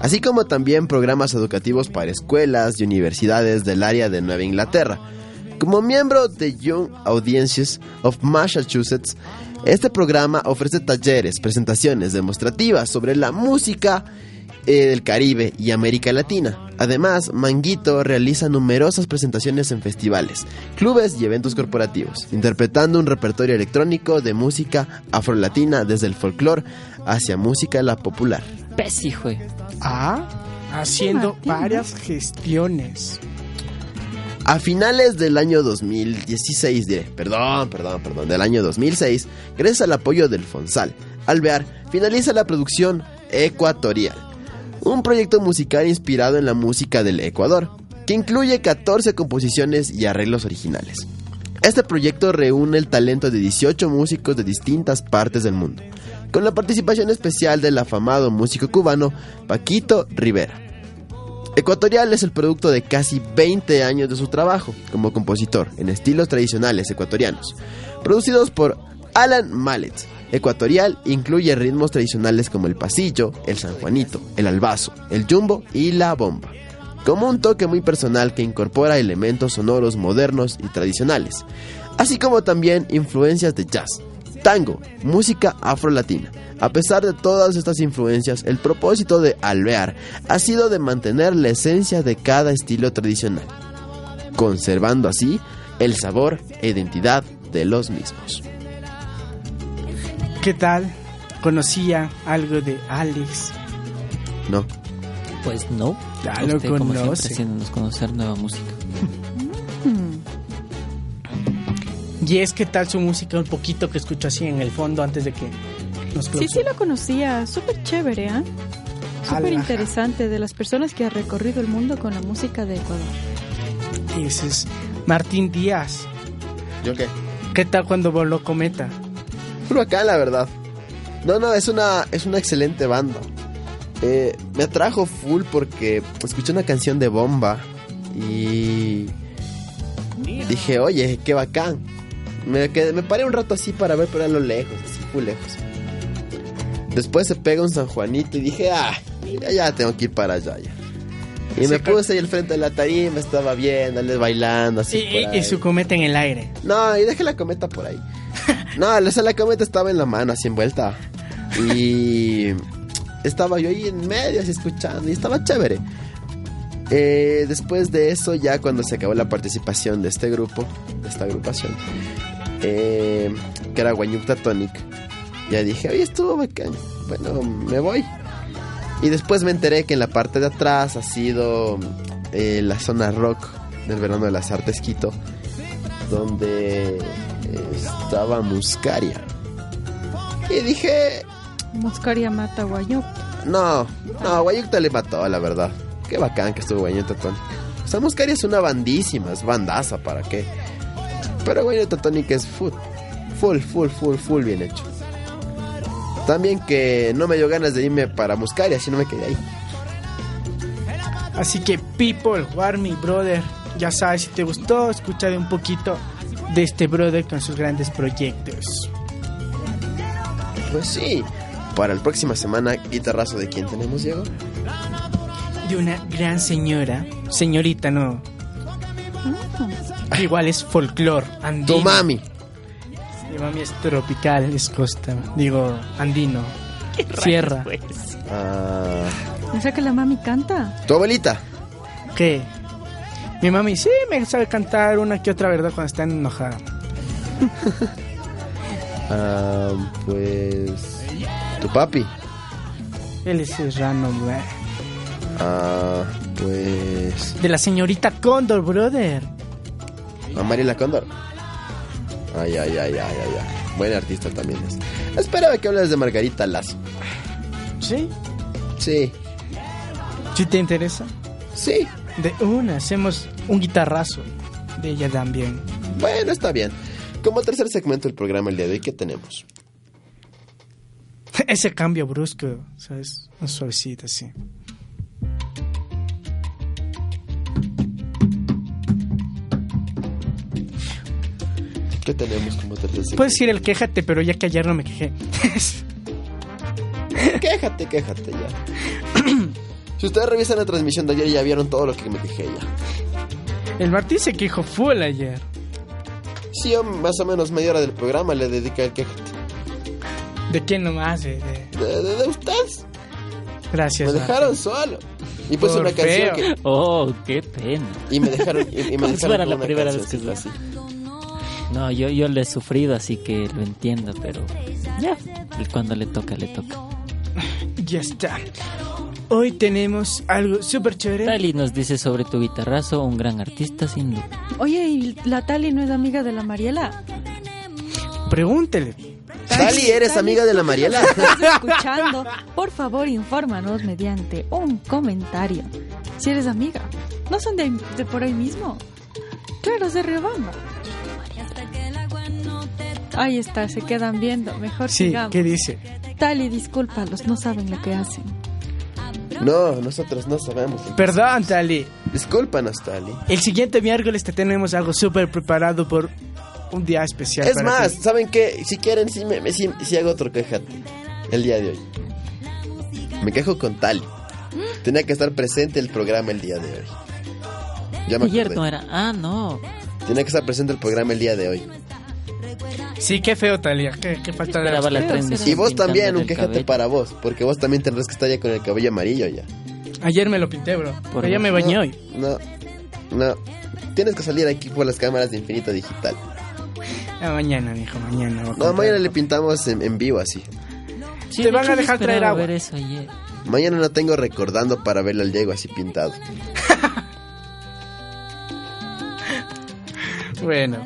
S5: así como también programas educativos para escuelas y universidades del área de Nueva Inglaterra. Como miembro de Young Audiences of Massachusetts, este programa ofrece talleres, presentaciones demostrativas sobre la música eh, del Caribe y América Latina. Además, Manguito realiza numerosas presentaciones en festivales, clubes y eventos corporativos, interpretando un repertorio electrónico de música afrolatina desde el folclore hacia música la popular.
S3: que pez, hijo de-
S2: Ah, haciendo
S6: Martín, ¿no?
S2: varias gestiones.
S5: A finales del año 2016, diré, perdón, perdón, perdón, del año 2006, gracias al apoyo del Fonsal, Alvear finaliza la producción Ecuatorial, un proyecto musical inspirado en la música del Ecuador, que incluye 14 composiciones y arreglos originales. Este proyecto reúne el talento de 18 músicos de distintas partes del mundo, con la participación especial del afamado músico cubano Paquito Rivera. Ecuatorial es el producto de casi 20 años de su trabajo como compositor en estilos tradicionales ecuatorianos, producidos por Alan Mallet. Ecuatorial incluye ritmos tradicionales como el pasillo, el sanjuanito, el albazo, el jumbo y la bomba, como un toque muy personal que incorpora elementos sonoros modernos y tradicionales, así como también influencias de jazz, tango, música afrolatina. A pesar de todas estas influencias, el propósito de Alvear ha sido de mantener la esencia de cada estilo tradicional, conservando así el sabor e identidad de los mismos.
S2: ¿Qué tal? Conocía algo de Alex.
S5: No,
S3: Pues no.
S2: Ya lo
S3: Usted, como siempre,
S2: conoce.
S3: haciéndonos conocer nueva música.
S2: Y es que tal su música, un poquito que escucho así en el fondo antes de que nos
S6: Sí, sí
S2: clausuren.
S6: lo conocía. Súper chévere, ¿ah? Súper
S2: Alaja.
S6: interesante de las personas que ha recorrido el mundo con la música de Ecuador.
S2: Ese es Martín Díaz.
S5: ¿yo qué?
S2: ¿Qué tal cuando voló Cometa?
S5: Pero acá, la verdad. No, no, es una, es una excelente banda. Eh, me atrajo full porque escuché una canción de bomba y dije, oye, qué bacán. Me, quedé- me paré un rato así para ver, pero a lo lejos, así full lejos. Después se pega un San Juanito y dije, ah, ya, ya tengo que ir para allá. ya". Y
S2: Sí,
S5: me
S2: claro.
S5: puse ahí al frente de la tarima, estaba viendo, bailando, así.
S2: Y,
S5: por
S2: y- y
S5: ahí.
S2: su cometa en el aire.
S5: No, y dejé la cometa por ahí. No, la, o sea, la cometa estaba en la mano, así envuelta. Y estaba yo ahí en medio, así escuchando, y estaba chévere. Eh, después de eso, ya cuando se acabó la participación de este grupo, de esta agrupación, eh, que era Guanyucta Tonic, ya dije, oye, estuvo bacán. Bueno, me voy. Y después me enteré que en la parte de atrás ha sido eh, la zona rock del verano de las artes Quito donde estaba Muscaria. Y dije,
S6: Moscaria mata guayuca.
S5: no, no, Guayucta le mató, la verdad. Qué bacán que estuvo Guayucta Tonic. O sea, Muscaria es una bandísima, es bandaza, ¿para qué? Pero Guayucta Tonic es full, full, full, full, full bien hecho. También que no me dio ganas de irme para Muscaria, si no me quedé ahí.
S2: Así que, people, Warmy, brother, ya sabes, si te gustó, escucha de un poquito de este brother con sus grandes proyectos.
S5: Pues sí, para la próxima semana, guitarrazo de quién tenemos, Diego.
S2: De una gran señora, señorita, no.
S6: Ah,
S2: Que igual es folclore andino.
S5: Tu mami.
S2: Mi mami es tropical, es costa, digo, andino. Sierra.
S5: Ah,
S6: O sea que la mami canta.
S5: tu abuelita.
S2: ¿Qué? Mi mami sí me sabe cantar una que otra verdad cuando está enojada.
S5: Ah, pues. Tu papi.
S2: Él es serrano, güey.
S5: Ah, pues.
S2: De la señorita Cóndor, brother.
S5: A Mariela Cóndor. Ay, ay, ay, ay, ay, ay. Buen artista también es. Esperaba que hables de Margarita Lazo.
S2: ¿Sí?
S5: Sí,
S2: ¿Sí te interesa?
S5: sí.
S2: De una, hacemos un guitarrazo de ella también.
S5: Bueno, está bien. Como tercer segmento del programa el día de hoy, ¿qué tenemos?
S2: Ese cambio brusco, ¿sabes? Un suavecito así.
S5: ¿Qué tenemos como tercer segmento?
S2: Puedes decir el quéjate, pero ya que ayer no me quejé.
S5: Quéjate, quéjate ya. si ustedes revisan la transmisión de ayer, ya vieron todo lo que me quejé ya.
S2: el Martín se quejó full ayer.
S5: Sí, yo más o menos media hora del programa le dediqué al quejate.
S2: ¿De quién nomás? De, de-
S5: De, de- de ustedes.
S2: Gracias.
S5: Me
S2: Martín.
S5: dejaron solo. Y puse
S2: Por
S5: una canción
S2: feo.
S5: que.
S3: Oh, qué pena.
S5: Y me dejaron. Y, y me
S3: Como si
S5: dejaron
S3: fuera
S5: con
S3: la
S5: una
S3: primera vez que
S5: cancioncita
S3: lo- No, yo, yo le he sufrido, así que lo entiendo, pero ya. Cuando le toca, le toca.
S2: Ya está. Hoy tenemos algo súper chévere.
S3: Tali nos dice sobre tu guitarrazo, un gran artista sin duda.
S6: Oye, ¿y la Tali no es amiga de la Mariela?
S2: Pregúntele.
S5: Tali, ¿eres amiga de la Mariela?
S6: Estás escuchando. Por favor, infórmanos mediante un comentario. Si eres amiga, ¿no son de, de por ahí mismo? Claro, es de Riobamba. Ahí está, se quedan viendo. Mejor
S2: Sí,
S6: sigamos.
S2: ¿qué dice?
S6: Tali, discúlpalos, no saben lo que hacen.
S5: No, nosotros no sabemos.
S2: Perdón, Tali.
S5: Discúlpanos, Tali.
S2: El siguiente miércoles te tenemos algo súper preparado por un día especial.
S5: Es
S2: para
S5: más,
S2: ti.
S5: ¿saben qué? Si quieren, sí, me, me- sí- sí hago otro quejate el día de hoy. Me quejo con Tali. Tenía que estar presente el programa el día de hoy. Ya me
S3: Ayer no
S5: acordé.
S3: era. Ah, no.
S5: Tenía que estar presente el programa el día de hoy.
S2: Sí, qué feo, Talia. Qué, qué falta de
S3: Esperaba la
S6: Creo que
S3: transmisión.
S5: Y vos también,
S3: pintándole
S5: un
S3: el
S5: quejate
S3: cabello.
S5: para vos, porque vos también tendrás que estar ya con el cabello amarillo ya.
S2: Ayer me lo pinté, bro.
S3: Por
S2: Ella
S3: Dios.
S2: me bañé hoy.
S5: No, No, tienes que salir aquí por las cámaras de Infinito Digital.
S2: Ah, mañana, mijo, mañana. voy a
S5: No,
S2: comprar.
S5: mañana le pintamos en, en vivo así.
S2: Te
S3: Sí, de
S2: van
S3: hecho,
S2: a
S3: yo
S2: dejar traer
S3: esperaba
S2: agua.
S3: ver eso ayer.
S5: Mañana no tengo recordando para verle al Diego así pintado.
S2: Bueno.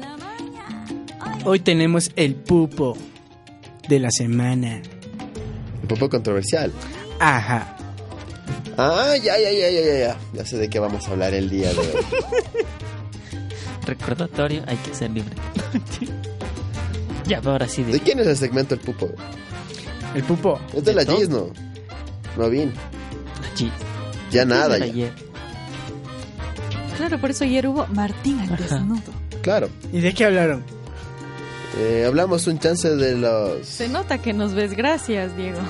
S2: Hoy tenemos el pupo de la semana.
S5: Un poco controversial.
S2: Ajá.
S5: Ah, ya, ya, ya, ya, ya, ya. Ya sé de qué vamos a hablar el día de hoy.
S3: Recordatorio, hay que ser libre. ya, ahora sí.
S5: ¿De
S3: De...
S5: quién es el segmento El Pupo?
S2: El pupo.
S5: Es de la
S3: todo?
S5: Gis, ¿no? No vin.
S3: Sí,
S5: Ya nada,
S3: de
S5: ya.
S3: ayer.
S6: Claro, por eso ayer hubo Martín al desnudo.
S5: Claro.
S2: ¿Y de qué hablaron?
S5: Eh, hablamos un chance de los...
S6: Se nota que nos ves. Gracias, Diego.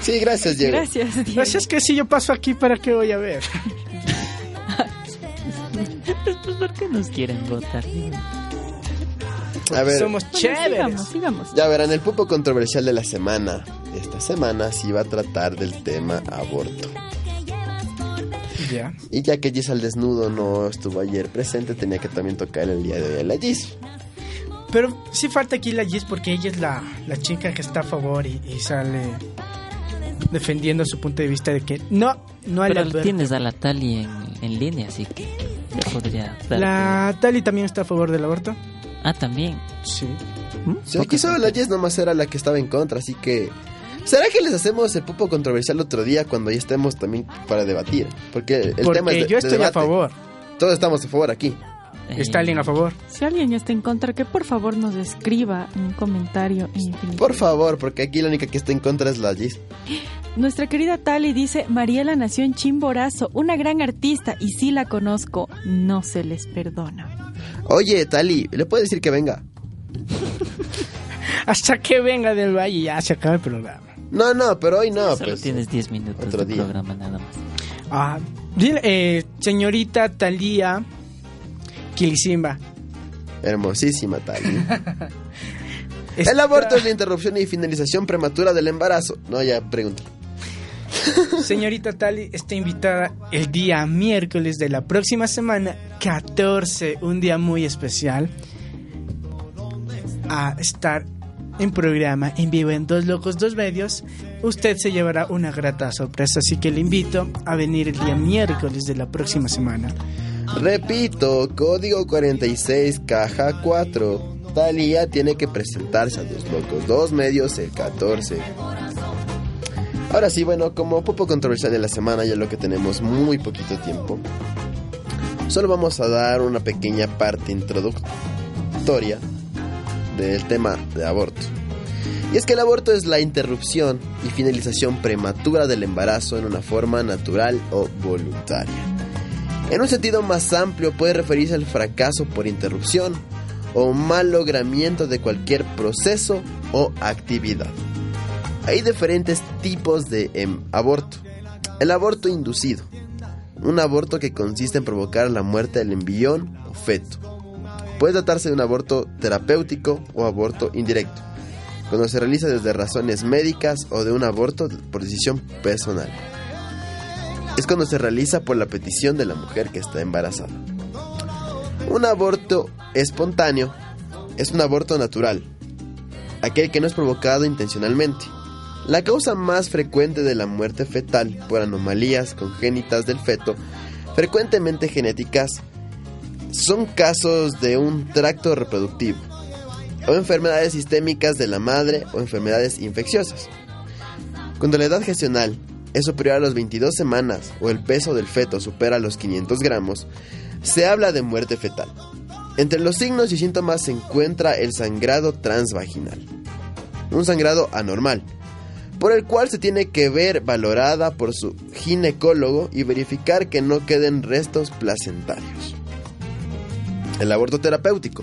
S5: Sí, gracias, Diego.
S6: Gracias, Diego.
S2: Gracias que si yo paso aquí, ¿para qué voy a ver?
S3: Pues, ¿por qué nos quieren votar?
S5: A ver,
S2: Somos
S6: Bueno, sigamos,
S2: chéveres.
S6: sigamos.
S5: ya verán, el Pupo controversial de la semana. Esta semana sí va a tratar del tema aborto.
S2: Ya.
S5: Y ya que Gis al desnudo no estuvo ayer presente, tenía que también tocar el día de hoy a la Gis.
S2: Pero sí falta aquí la Gis porque ella es la, la chica que está a favor y, y sale defendiendo su punto de vista de que no, no al
S3: Pero
S2: aborto.
S3: tienes a la Tali en, en línea, así que ya podría darte-
S2: La Tali también está a favor del aborto.
S3: Ah, también.
S2: Sí.
S3: ¿Mm?
S5: Sí,
S3: Poca
S5: quizá la
S3: gente.
S5: Jess nomás era la que estaba en contra, así que... ¿Será que les hacemos el pupo controversial otro día cuando ya estemos también para debatir? Porque el
S2: porque
S5: tema es de-
S2: yo
S5: de
S2: estoy a
S5: debate.
S2: favor.
S5: Todos estamos a favor aquí.
S3: Eh,
S2: Está alguien a favor.
S6: Si alguien está en contra, que por favor nos escriba un comentario infinito.
S5: Por favor, porque aquí la única que está en contra es la Jess.
S6: Nuestra querida Tali dice, Mariela nació en Chimborazo, una gran artista, y si la conozco, no se les perdona.
S5: Oye, Tali, ¿le puedes decir que venga?
S2: Hasta que venga del valle ya se acaba el programa.
S5: No, no, pero hoy no.
S3: Solo
S5: Pues.
S3: tienes 10 minutos
S5: otro
S3: de
S5: día.
S3: programa nada más.
S2: Ah, dile, eh, señorita Talía Quilicimba.
S5: Hermosísima, Tali.
S2: está-
S5: El aborto es la interrupción y finalización prematura del embarazo. No, ya, pregunta.
S2: Señorita Tali está invitada el día miércoles de la próxima semana, 14, un día muy especial, a estar en programa en vivo en Dos Locos Dos Medios. Usted se llevará una grata sorpresa, así que le invito a venir el día miércoles de la próxima semana.
S5: Repito, código 46, caja 4. Talía tiene que presentarse a dos locos, dos medios el 14. Ahora sí, bueno, como poco controversial de la semana, ya lo que tenemos muy poquito tiempo, solo vamos a dar una pequeña parte introductoria del tema de aborto. Y es que el aborto es la interrupción y finalización prematura del embarazo en una forma natural o voluntaria. En un sentido más amplio puede referirse al fracaso por interrupción o mal logramiento de cualquier proceso o actividad. Hay diferentes tipos de em, aborto. El aborto inducido. Un aborto que consiste en provocar la muerte del embrión o feto. Puede tratarse de un aborto terapéutico o aborto indirecto, cuando se realiza desde razones médicas o de un aborto por decisión personal es cuando se realiza por la petición de la mujer que está embarazada. Un aborto espontáneo es un aborto natural, aquel que no es provocado intencionalmente. La causa más frecuente de la muerte fetal por anomalías congénitas del feto, frecuentemente genéticas, son casos de un tracto reproductivo, o enfermedades sistémicas de la madre o enfermedades infecciosas. Cuando la edad gestional es superior a las 22 semanas o el peso del feto supera los 500 gramos, se habla de muerte fetal. Entre los signos y síntomas se encuentra el sangrado transvaginal, un sangrado anormal, por el cual se tiene que ver valorada por su ginecólogo y verificar que no queden restos placentarios. El aborto terapéutico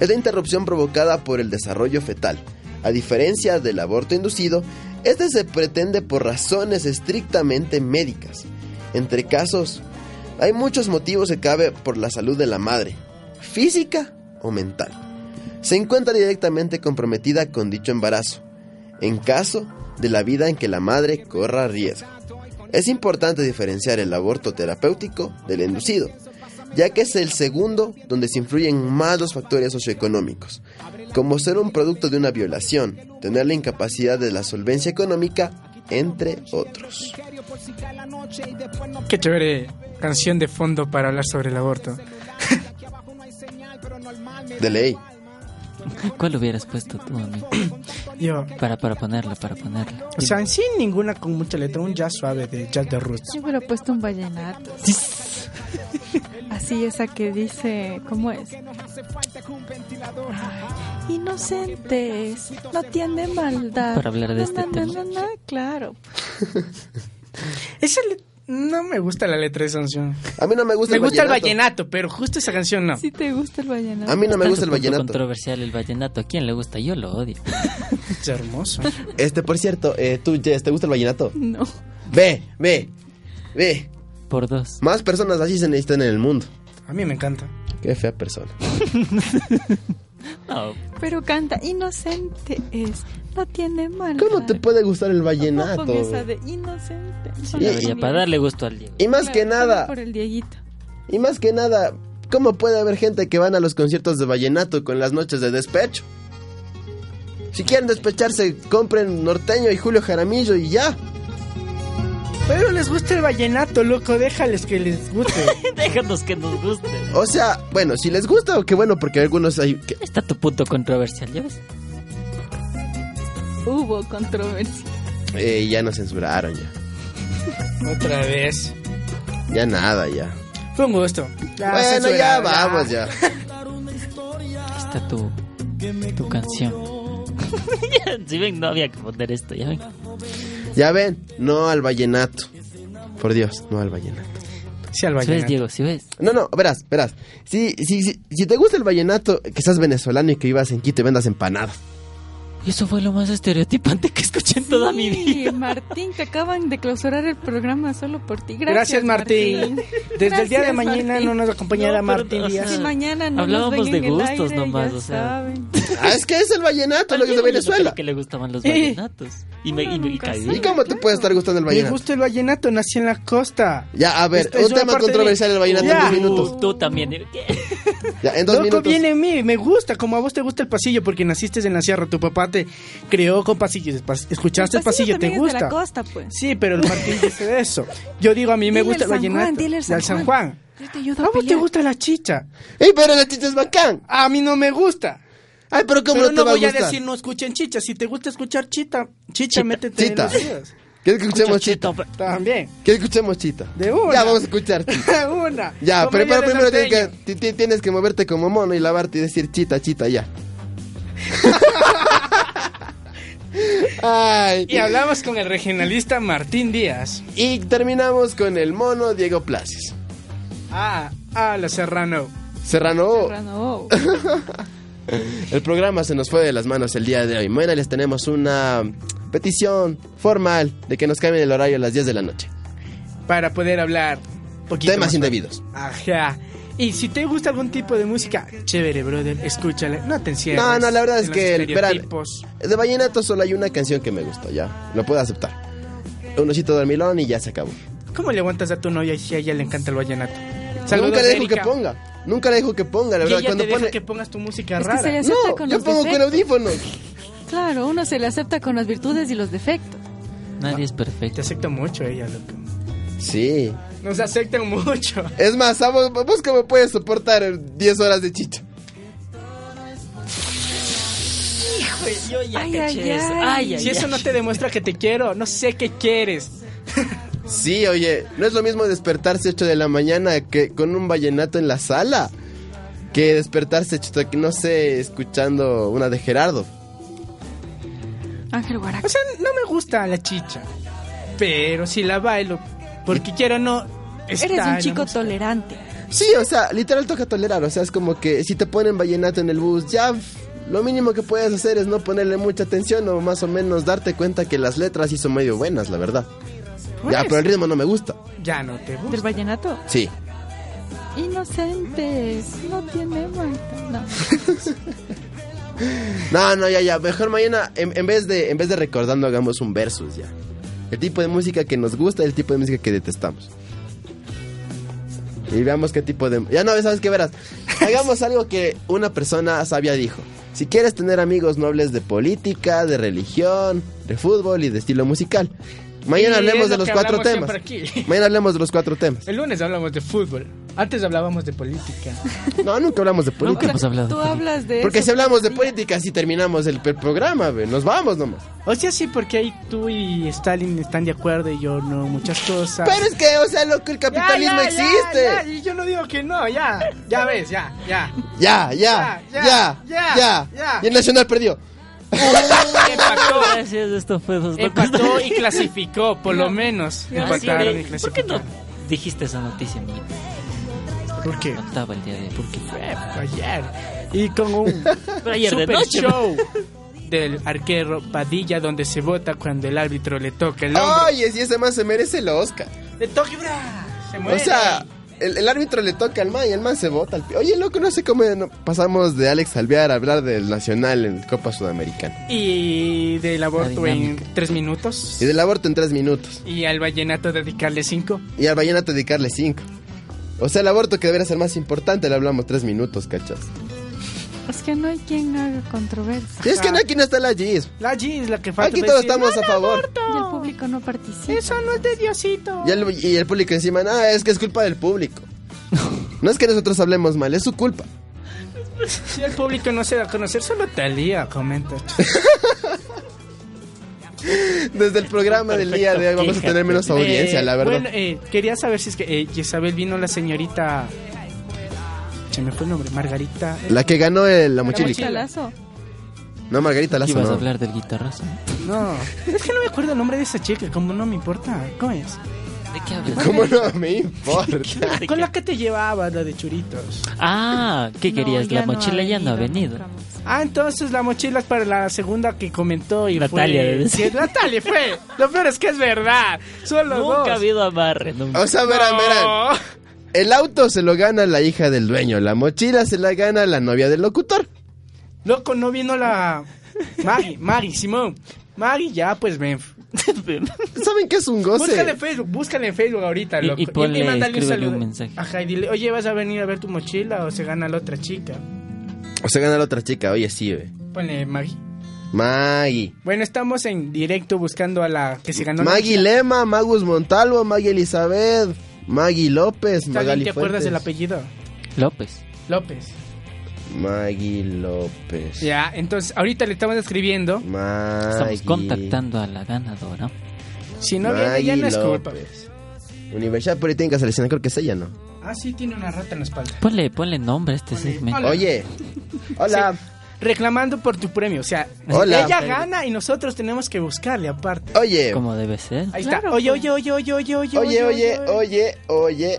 S5: es la interrupción provocada por el desarrollo fetal. A diferencia del aborto inducido, este se pretende por razones estrictamente médicas. Entre casos, hay muchos motivos que cabe por la salud de la madre, física o mental. Se encuentra directamente comprometida con dicho embarazo, en caso de la vida en que la madre corra riesgo. Es importante diferenciar el aborto terapéutico del inducido, ya que es el segundo donde se influyen más los factores socioeconómicos, como ser un producto de una violación, tener la incapacidad de la solvencia económica, entre otros.
S2: Qué chévere canción de fondo para hablar sobre el aborto.
S5: De ley.
S3: ¿Cuál hubieras puesto tú, amigo?
S2: Yo,
S3: Para, para ponerla, para ponerla.
S2: o sea, sin ninguna con mucha letra, un jazz suave de Jazz de Roots.
S6: Yo hubiera puesto un vallenato. Así esa que dice, ¿cómo es? Ay, Inocentes, no tiene maldad.
S3: Para hablar de
S6: Na,
S3: este
S6: na, na,
S3: tema.
S6: na, na, claro.
S2: Esa le- no me gusta la letra de esa canción.
S5: A mí no me gusta
S2: Me
S5: el
S2: gusta el
S5: vallenato.
S2: vallenato, pero justo esa canción
S3: Ah.
S2: no.
S6: Si te gusta el vallenato.
S5: A mí no me
S3: Tanto
S5: gusta el
S3: punto
S5: vallenato.
S3: controversial el vallenato. ¿A quién le gusta? Yo lo odio.
S2: Es hermoso.
S5: Este, por cierto, eh, tú, Jess, ¿te gusta el vallenato?
S6: No.
S5: Ve, ve, ve.
S3: Por dos.
S5: Más personas así se necesitan en el mundo.
S2: A mí me encanta.
S5: Qué fea persona.
S3: No,
S6: Pero canta, inocente es, no tiene maldad.
S5: ¿Cómo te puede gustar el
S6: No pongo esa
S5: vallenato?
S6: de inocente.
S5: Y-
S3: la vería para darle gusto al Diego.
S5: Y más
S6: Claro,
S5: que
S6: solo
S5: nada,
S6: Por el Dieguito.
S5: y más que nada, ¿cómo puede haber gente que van a los conciertos de vallenato con las noches de despecho? Si quieren despecharse, compren Norteño y Julio Jaramillo y ya.
S2: Pero les gusta el vallenato, loco, déjales que les guste.
S3: Déjanos que nos guste.
S5: O sea, bueno, si les gusta, qué bueno, porque algunos hay que...
S3: Está tu punto controversial, ¿ya ves?
S6: Hubo controversia.
S5: eh, ya nos censuraron ya.
S2: Otra vez.
S5: Ya nada, ya.
S2: Fue un gusto. Ya,
S5: bueno, ya
S2: censurado,
S5: vamos, ya.
S3: Está tu, tu canción. Ya, si ven, no había que poner esto, ya ven.
S5: Ya ven, no al vallenato. Por Dios, no al vallenato.
S2: Sí, al
S3: Si ves,
S2: vallenato.
S3: Diego, si ves.
S5: No, no, verás, verás. Si, si, si, si te gusta el vallenato, que seas venezolano y que vivas en Quito y vendas empanadas.
S3: Y eso fue lo más estereotipante que escuché en toda mi
S6: Sí,
S3: vida.
S6: Martín, te acaban de clausurar el programa solo por ti.
S2: Gracias,
S6: Gracias,
S2: Martín. Desde el día de
S6: Gracias,
S2: mañana
S6: Martín.
S2: no nos acompañará
S3: No, pero,
S2: Martín
S3: o
S2: Díaz.
S6: Si mañana no
S3: Hablábamos
S6: nos ven
S3: de
S6: en el
S3: gustos
S6: aire,
S3: nomás,
S6: ya
S3: o sea.
S6: saben.
S5: Ah, es que es el vallenato lo que es de
S3: Alguien me dijo
S5: Venezuela.
S3: Que le gustaban los
S2: Eh.
S3: vallenatos. Y me, y
S6: Uno
S3: me y
S6: nunca
S3: caí.
S5: ¿Y
S6: sabe.
S5: cómo te puede estar gustando el
S2: Me
S5: vallenato?
S2: gusta el vallenato, nací en la costa.
S5: Ya, a ver,
S2: Esta es
S5: un
S2: una
S5: tema
S2: parte de-
S5: controversial el vallenato
S2: Ya.
S5: en dos minutos.
S3: Tú, tú también. eh, ¿Qué?
S5: Ya, en dos
S2: Loco
S5: minutos.
S2: viene a mí, me gusta, como a vos te gusta el pasillo, porque naciste en la sierra, tu papá te creó con pasillos, pas- escuchaste el pasillo, te
S6: Pues también es de la
S2: gusta.
S6: costa, pues.
S2: Sí, pero el Martín dice eso. Yo digo, a mí me
S6: Dile
S2: gusta
S6: el
S2: el
S6: San Juan,
S2: vallenato.
S6: dile el
S2: Del
S6: San
S2: San Juan.
S4: Yo te ayudo a
S2: ¿A vos te
S4: pelear.
S2: gusta la chicha?
S5: ¡Ey, pero la chicha es bacán!
S2: A mí no me gusta.
S5: ¡Ay, pero cómo
S2: Pero
S5: no te
S2: no
S5: va a
S2: voy a
S5: gustar!
S2: decir no escuchen chicha. Si te gusta escuchar chita, chicha, métete
S5: chita.
S2: en los dedos.
S5: ¿Quieres que escuchemos chita?
S3: Chochito,
S2: También.
S5: ¿Quieres que escuchemos chita?
S2: De una.
S5: Ya, vamos a escuchar chita.
S2: Una.
S5: Ya, pero,
S2: Comedia
S5: pero
S2: del
S5: primero tienes que,
S2: norteño.
S5: ti- ti- tienes que moverte como mono y lavarte y decir chita, chita, ya. Ay.
S2: Y hablamos con el regionalista Martín Díaz.
S5: Y terminamos con el mono Diego Places.
S2: Ah, ah, la Serrano.
S5: Serrano,
S6: Serrano.
S5: el programa se nos fue de las manos el día de hoy. Mañana les tenemos una petición formal de que nos cambien el horario a las 10 de la noche.
S2: Para poder hablar poquito
S5: Temas
S2: más.
S5: indebidos.
S2: Ajá. Y si te gusta algún tipo de música, chévere, brother, escúchala. No te encierres.
S5: No, no, la verdad
S2: en
S5: es
S2: los
S5: que el- verán-
S2: estereotipos.
S5: De Vallenato solo hay una canción que me gusta, ya. Lo puedo aceptar. Un osito dormilón y ya se acabó.
S2: ¿Cómo le aguantas a tu novia si a ella le encanta el vallenato?
S5: Nunca le dejo
S2: Erika.
S5: que ponga. Nunca le dejo que ponga, la
S2: Y
S5: verdad.
S2: ella
S5: Cuando
S2: te deja
S5: pone...
S2: que pongas tu música
S6: Es que
S2: rara.
S6: sería- Se acepta
S5: No,
S6: con
S5: yo
S6: los
S5: pongo con
S6: defectos.
S5: audífonos.
S6: Claro, uno se le acepta con las virtudes y los defectos.
S3: Nadie es
S2: Te
S3: perfecto.
S2: acepta mucho ella, loco.
S5: Sí.
S2: Nos aceptan mucho.
S5: Es más, a vos, vos cómo puedes soportar 10 horas de chicha.
S3: Yo ya
S6: Ay,
S3: caché
S6: ay,
S3: eso.
S6: ay.
S3: Ay, ay,
S2: Si eso
S3: ay.
S2: no te demuestra que te quiero, no sé qué quieres.
S5: Sí, oye, no es lo mismo despertarse 8 de la mañana que con un vallenato en la sala que despertarse, chuta, que no sé, escuchando una de Gerardo.
S6: Ángel Guaraca.
S2: O sea, no me gusta la chicha. Pero si la bailo, porque quiero o no. está
S6: Eres
S2: en
S6: un
S2: la
S6: chico
S2: música.
S6: tolerante.
S5: Sí, o sea, literal toca tolerar, o sea, es como que si te ponen vallenato en el bus, ya f- lo mínimo que puedes hacer es no ponerle mucha atención o más o menos darte cuenta que las letras sí son medio buenas, la verdad.
S2: Pues,
S5: Ya, pero el ritmo no me gusta.
S2: ya no te gusta.
S6: ¿Del vallenato?
S5: Sí.
S6: Inocentes, no tiene maldad. No.
S5: No, no, ya, ya. Mejor mañana, en, en vez, de, en vez de recordando, hagamos un versus ya. El tipo de música que nos gusta y el tipo de música que detestamos. Y veamos qué tipo de... Ya no, ¿sabes qué verás? Hagamos algo que una persona sabia dijo. Si quieres tener amigos nobles de política, de religión, de fútbol y de estilo musical. Mañana
S2: Y
S5: hablemos
S2: es
S5: de
S2: lo
S5: los
S2: que
S5: cuatro
S2: hablamos
S5: temas.
S2: siempre aquí.
S5: Mañana hablemos de los cuatro temas.
S2: El lunes hablamos de fútbol. Antes hablábamos de política.
S5: No, nunca hablamos de política.
S3: hemos hablado
S6: Tú
S3: de política.
S6: hablas de
S5: Porque
S6: eso
S5: si hablamos de
S6: día.
S5: política, si terminamos el pe- programa, ve, nos vamos nomás.
S2: O sea, sí, porque ahí tú y Stalin están de acuerdo y yo no, muchas cosas.
S5: Pero es que, o sea, loco, el
S2: Ya,
S5: capitalismo
S2: ya, ya,
S5: existe.
S2: ya, y yo no digo que no, ya. Ya ves, ya, ya.
S5: Ya, ya,
S2: Ya,
S5: ya,
S2: ya,
S5: ya,
S2: ya.
S5: Y el Nacional perdió.
S2: Empató,
S3: Gracias, esto fue dos locos.
S2: empató y clasificó, por lo menos.
S3: Así
S2: Empataron y
S3: de- ¿Por qué no
S2: clasificaron.
S3: dijiste esa noticia? mi-
S2: ¿Por qué?
S3: No estaba el día de ¿Por qué?
S2: Ayer. Y con un
S3: Pero ayer de
S2: super
S3: noche.
S2: show del arquero Padilla donde se vota cuando el árbitro le toca el hombro.
S5: Oye, si ese man se merece el Oscar.
S2: Le toca y bra, se muere.
S5: O sea, el, el árbitro le toca al man y el man se bota al pie. Oye, loco, no sé cómo no- pasamos de Alex Alvear a hablar del Nacional en Copa Sudamericana.
S2: y del aborto
S3: La
S2: en
S3: dinámica.
S2: tres minutos.
S5: Y del aborto en tres minutos.
S2: Y al vallenato dedicarle cinco.
S5: Y al vallenato dedicarle cinco. O sea, el aborto que debería ser más importante le hablamos tres minutos, cachas.
S6: Es que no hay quien haga controversia.
S5: Y es que no, aquí no está la Gis.
S2: La G es la que falta.
S5: Aquí
S2: para
S5: todos
S2: decir,
S5: estamos a favor.
S6: Y el público no participa.
S2: Eso no es de Diosito.
S5: Y el, y el público encima, nada, es que es culpa del público. No es que nosotros hablemos mal, es su culpa.
S2: Si el público no se da a conocer, solo Talía comenta.
S5: Desde el programa del día de hoy vamos a tener menos audiencia,
S2: Eh,
S5: la verdad.
S2: Bueno, eh, quería saber si es que eh, Isabel vino la señorita. Se me fue el nombre, Margarita. eh,
S5: La que ganó el- la
S6: Era
S5: mochila.
S2: mochila.
S6: mochilazo.
S5: No, Margarita Lazo,
S3: Ibas a
S5: no.
S3: hablar del guitarrazo.
S2: No, es que no me acuerdo el nombre de esa chica, como no me importa. ¿Cómo es?
S3: ¿De qué hablas?
S5: ¿Cómo no me importa?
S2: Con la que te llevaba, la de churitos.
S3: Ah, ¿qué
S6: No,
S3: querías?
S6: ya
S3: la mochila
S6: ha
S3: ya no ha venido.
S6: nunca más.
S2: Ah, entonces la mochila es para la segunda que comentó y
S3: Natalia,
S2: fue...
S3: debe
S2: Sí, Natalia fue. Lo peor es que es verdad. Solo dos.
S3: Nunca ha habido amarre. Nunca.
S5: O sea, verán, verán.
S2: No.
S5: El auto se lo gana la hija del dueño, la mochila se la gana la novia del locutor.
S2: Loco, no vino la... Mari, Mari, Simón. Mari, ya, pues ven.
S5: ¿Saben qué es un
S2: Búscale
S5: goce?
S2: en Facebook, búscale en Facebook ahorita,
S3: Y-
S2: loco.
S3: y ponle,
S2: mándale
S3: escríbele un mensaje.
S2: Ajá, y dile, oye, ¿vas a venir a ver tu mochila o se gana la otra chica?
S5: O se gana la otra chica, oye, sí, ve.
S2: Ponle Maggie.
S5: Maggie.
S2: Bueno, estamos en directo buscando a la que se ganó la
S5: Maggie
S2: mochila.
S5: Lema, Magus Montalvo, Maggie Elizabeth, Maggie López,
S2: ¿Está bien?
S5: Magali
S2: ¿Te acuerdas
S5: Fuentes.
S2: del apellido?
S3: López.
S2: López.
S5: Maggie López.
S2: Ya, entonces, ahorita le estamos escribiendo.
S5: Maggie.
S3: Estamos contactando a la ganadora.
S2: Si no viene, ya
S5: Maggie
S2: no es culpa.
S5: López. Universidad Politécnica Salesiana, creo que es ella, ¿no?
S2: Ah, sí, tiene una rata en la espalda.
S3: Ponle, ponle nombre a este segmento.
S2: Hola.
S5: Oye, hola,
S2: Reclamando por tu premio, o sea,
S5: Hola.
S2: ella gana y nosotros tenemos que buscarle aparte.
S5: oye,
S3: Como debe ser.
S2: Ahí
S6: Claro,
S2: está. Oye,
S6: pues.
S2: oye, oye, oye, oye, oye.
S5: oye, oye, oye, oye,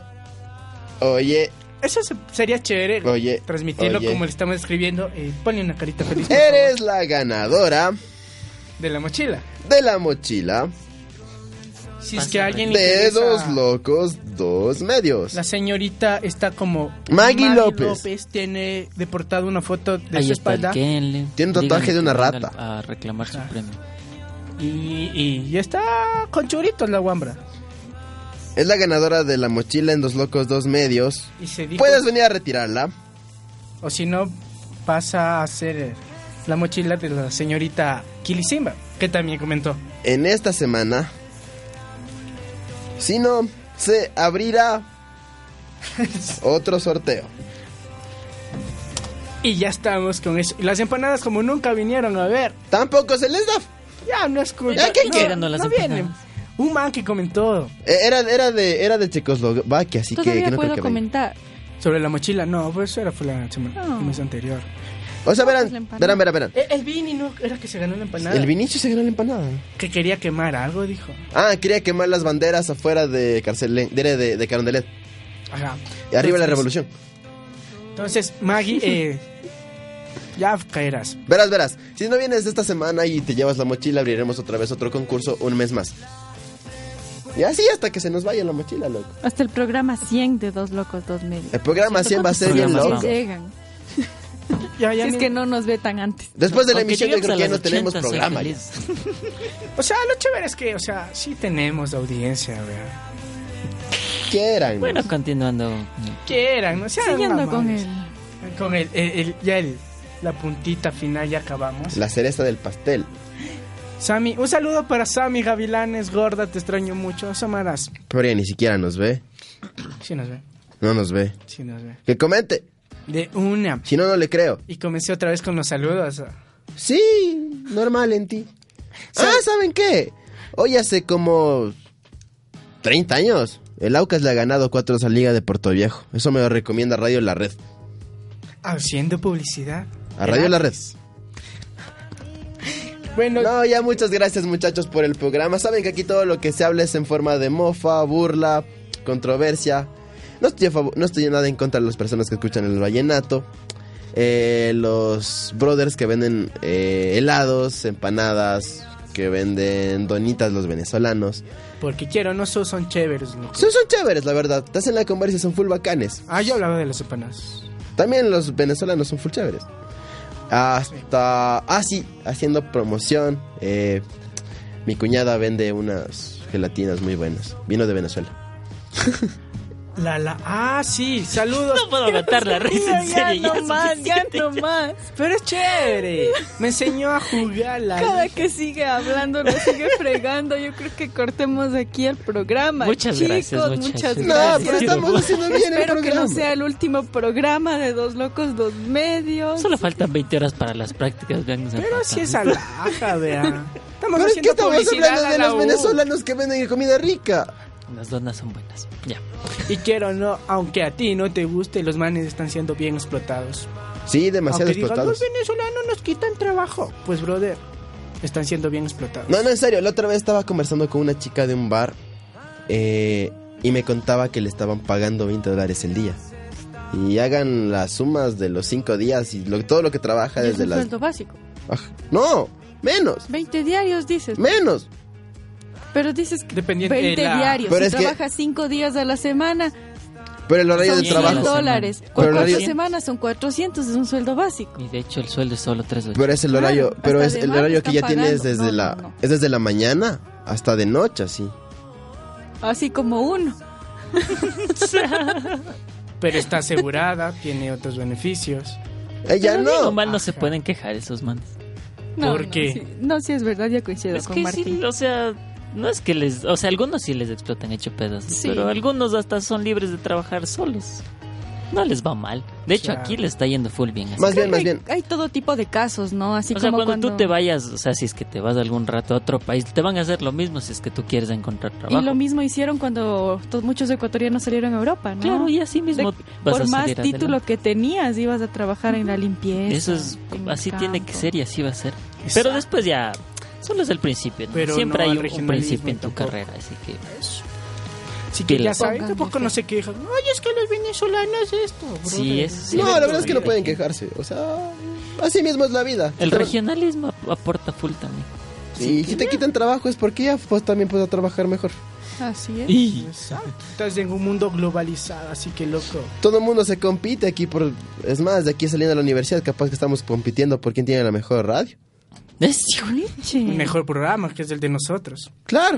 S5: oye,
S2: Eso se- sería chévere.
S5: Oye,
S2: Transmitirlo
S5: oye.
S2: como le estamos escribiendo. Eh, ponle una carita feliz. por
S5: eres la ganadora
S2: favor, de la mochila.
S5: de la mochila
S2: Si es que a alguien le
S5: de
S2: interesa,
S5: dos locos, dos medios.
S2: La señorita está como.
S5: Maggie López.
S2: tiene deportado una foto de
S3: Ahí
S2: su
S3: está el
S2: espalda.
S3: Kenley.
S5: Tiene un tatuaje
S3: Díganle
S5: de una
S3: que venga
S5: rata. Ah.
S3: A reclamar su
S2: Ajá.
S3: premio.
S2: Y, y, y está con churitos la guambra.
S5: Es la ganadora de la mochila en dos locos, dos medios.
S2: Y se dijo.
S5: Puedes venir a retirarla.
S2: O si no, pasa a ser la mochila de la señorita Kilisimba, que también comentó.
S5: en esta semana. Si no, se abrirá otro sorteo.
S2: Y ya estamos con eso. Y las empanadas como nunca vinieron a ver.
S5: Tampoco se les da.
S2: Ya no es culpa.
S5: Ya, ¿qué
S2: no,
S3: quieren? Las
S2: no
S3: empanadas.
S2: vienen. Un man que comentó
S5: Eh, Era, era, de, era de Checoslovaquia, así que, que
S6: Todavía
S5: no creo
S6: puedo
S5: que venga.
S6: comentar.
S2: sobre la mochila. No, pues eso era fue la semana
S6: No.
S2: el mes anterior.
S5: O sea,
S6: Pues la
S5: verán,
S6: empanada.
S5: verán, verán, verán.
S2: E, El, el Vini no era que se ganó la empanada.
S5: El Vinicio se ganó la empanada.
S2: que quería quemar algo, dijo.
S5: Ah, quería quemar las banderas afuera de Carcelén, de, de, de Carondelet.
S2: Ajá.
S5: Y arriba la
S2: Entonces-
S5: revolución.
S2: Entonces, Maggie, eh, ya caerás.
S5: Verás, verás. Si no vienes esta semana y te llevas la mochila, abriremos otra vez otro concurso un mes más. Y así hasta que se nos vaya la mochila, loco.
S6: Hasta el programa 100 de Dos Locos, Dos Medios.
S5: El programa 100 va a ser bien
S3: programas
S5: loco.
S3: vamos?
S6: Si llegan.
S2: Ya,
S6: Si
S2: ya
S6: es
S2: ni-
S6: que no nos ve tan antes.
S5: Después de la
S3: Aunque
S5: emisión yo creo
S3: lleguemos a
S5: que ya no
S3: las
S5: tenemos
S3: 80, soy
S5: programa. ya.
S3: feliz.
S2: O sea, lo chévere es que, o sea, sí tenemos audiencia, ¿verdad?
S5: Quieran.
S3: Bueno, continuando.
S2: Quieran, no sean
S6: Siguiendo con
S2: mamadas.
S6: él.
S2: Con el, el- el- ya el, la puntita final, ya acabamos.
S5: La cereza del pastel.
S2: Sammy, un saludo para Sammy Gavilanes, gorda, te extraño mucho. Asomarás.
S5: Pero ya ni siquiera nos ve.
S2: Sí nos ve,
S5: No nos ve.
S2: sí nos ve.
S5: Que comente.
S2: De una.
S5: Si no, no le creo.
S2: Y comencé otra vez con los saludos. ah,
S5: Sí, normal en ti. Ah, ¿saben qué? Hoy hace como 30 años. El Aucas le ha ganado 4 a Liga de Puerto Viejo. Eso me lo recomienda Radio La Red.
S2: Haciendo publicidad.
S5: A Radio La Red.
S2: Bueno,
S5: No, ya muchas gracias muchachos por el programa. Saben que aquí todo lo que se habla es en forma de mofa, burla, controversia. No estoy, a favor- no estoy en nada en contra de las personas que escuchan el vallenato. Eh, los brothers que venden eh, helados, empanadas, que venden donitas los venezolanos.
S2: porque quiero, no so- son chéveres, loco.
S5: Son, son chéveres, la verdad. Te hacen la conversa, y son full bacanes.
S2: Ah, yo hablaba de los empanadas.
S5: También los venezolanos son full chéveres. Hasta. Ah, sí, haciendo promoción. eh, mi cuñada vende unas gelatinas muy buenas. Vino de Venezuela.
S2: La, la, ah, sí, saludos.
S3: No puedo aguantar la risa, en
S6: Ya
S3: serio. ya
S6: no
S3: es
S6: más, ya
S3: suficiente.
S6: no más.
S2: Pero es chévere. Me enseñó a jugar la.
S6: Cada que sigue hablando nos sigue fregando. Yo creo que cortemos aquí el programa.
S3: Muchas
S6: Chicos,
S3: gracias,
S6: muchas
S3: muchachos.
S5: No,
S6: gracias.
S5: pero estamos haciendo bien el
S6: Espero que no
S5: programa.
S6: sea el último programa de Dos Locos, Dos Medios.
S3: Solo faltan 20 horas para las prácticas. vean, nos
S2: Pero
S3: empatan.
S2: si es alhaja, vea. Estamos
S5: Pero es que
S2: haciendo
S5: estamos
S2: publicidad
S5: hablando
S2: a
S5: de
S2: la
S5: los
S2: U.
S5: venezolanos que venden comida rica.
S3: Las donas son buenas. Ya.
S2: Y quiero no, aunque a ti no te guste, los manes están siendo bien explotados.
S5: Sí, demasiado
S2: aunque digan,
S5: explotados.
S2: los venezolanos nos quitan trabajo. Pues, brother, están siendo bien explotados.
S5: No, no, en serio. La otra vez estaba conversando con una chica de un bar. eh, y me contaba que le estaban pagando 20 dólares el día. Y hagan las sumas de los 5 días y lo- todo lo que trabaja
S6: Es
S5: desde
S6: un
S5: las.
S6: sueldo básico.
S5: Aj, no, menos.
S6: 20 diarios dices.
S5: Menos.
S6: Pero dices que
S2: Dependiente
S6: 20
S2: de la-
S6: diarios.
S5: Pero
S6: si
S5: es que-
S6: trabajas 5 días a la semana,
S5: Pero el horario
S6: son
S5: de
S3: cien
S6: 100
S5: trabajo.
S6: dólares.
S3: dólares. Pero
S6: Con
S5: el horario-
S6: 4 semanas son 400, es un sueldo básico.
S3: Y de hecho, el sueldo es solo 3
S5: Pero es el horario,
S6: Claro,
S5: pero
S6: hasta
S5: es
S6: de
S5: el
S6: mal
S5: horario que
S6: están
S5: ya tienes
S6: pagando.
S5: desde
S6: No,
S5: la
S6: no, no.
S5: es desde la mañana hasta de noche, así.
S6: Así como uno.
S2: Pero está asegurada, tiene otros beneficios.
S5: Ella
S3: No
S5: Eh, no.
S3: mal no se
S2: Ajá.
S3: pueden quejar esos manes.
S6: No,
S2: ¿Por
S6: no,
S2: qué?
S6: sí. No, sí, es verdad, ya coincido
S3: Es
S6: con
S3: que
S6: Martín.
S3: sí, o sea, no es que les, o sea, algunos sí les explotan hecho pedazos,
S6: Sí.
S3: pero algunos hasta son libres de trabajar solos. No les va mal. De hecho,
S2: Claro.
S3: aquí les está yendo full bien. así.
S5: Más bien,
S6: Creo
S5: más
S6: que
S5: bien.
S6: Hay todo tipo de casos, ¿no? Así
S3: o sea,
S6: como
S3: cuando,
S6: cuando,
S3: tú te vayas, o sea, si es que te vas algún rato a otro país, te van a hacer lo mismo si es que tú quieres encontrar trabajo.
S6: Y lo mismo hicieron cuando to- muchos ecuatorianos salieron a Europa, ¿no?
S3: Claro, y así mismo
S6: De-
S3: vas a
S6: Por más
S3: salir adelante.
S6: título que tenías, ibas a trabajar en la limpieza.
S3: Eso es,
S6: en el
S3: así tiene que
S6: campo.
S3: ser y así va a ser.
S2: Exacto.
S3: Pero después ya, solo es el principio. ¿no?
S2: Pero
S3: Siempre
S2: no al
S3: hay un- un,
S2: regionalismo
S3: principio en tu
S2: tampoco.
S3: carrera, así que...
S2: Así que ya
S3: Pilas.
S2: saben,
S6: Pongan
S2: tampoco
S6: de
S2: no
S6: fe.
S2: se quejan. Oye, es que los venezolanos esto. brother.
S3: Sí, es- sí.
S5: No, la verdad es que no
S3: Sí.
S5: pueden quejarse, o sea, así mismo es la vida.
S3: El
S5: Tra-
S3: regionalismo ap- aporta full también.
S5: Sí, si te quitan trabajo es porque ya pues también puedo trabajar mejor.
S6: Así es.
S3: Y
S2: Exacto. Estás en un mundo globalizado, así que loco.
S5: Todo el mundo se compite aquí por es más, de aquí saliendo de la universidad capaz que estamos compitiendo por quién tiene la mejor radio.
S6: Chuliche.
S2: El mejor programa que es el de nosotros.
S5: Claro.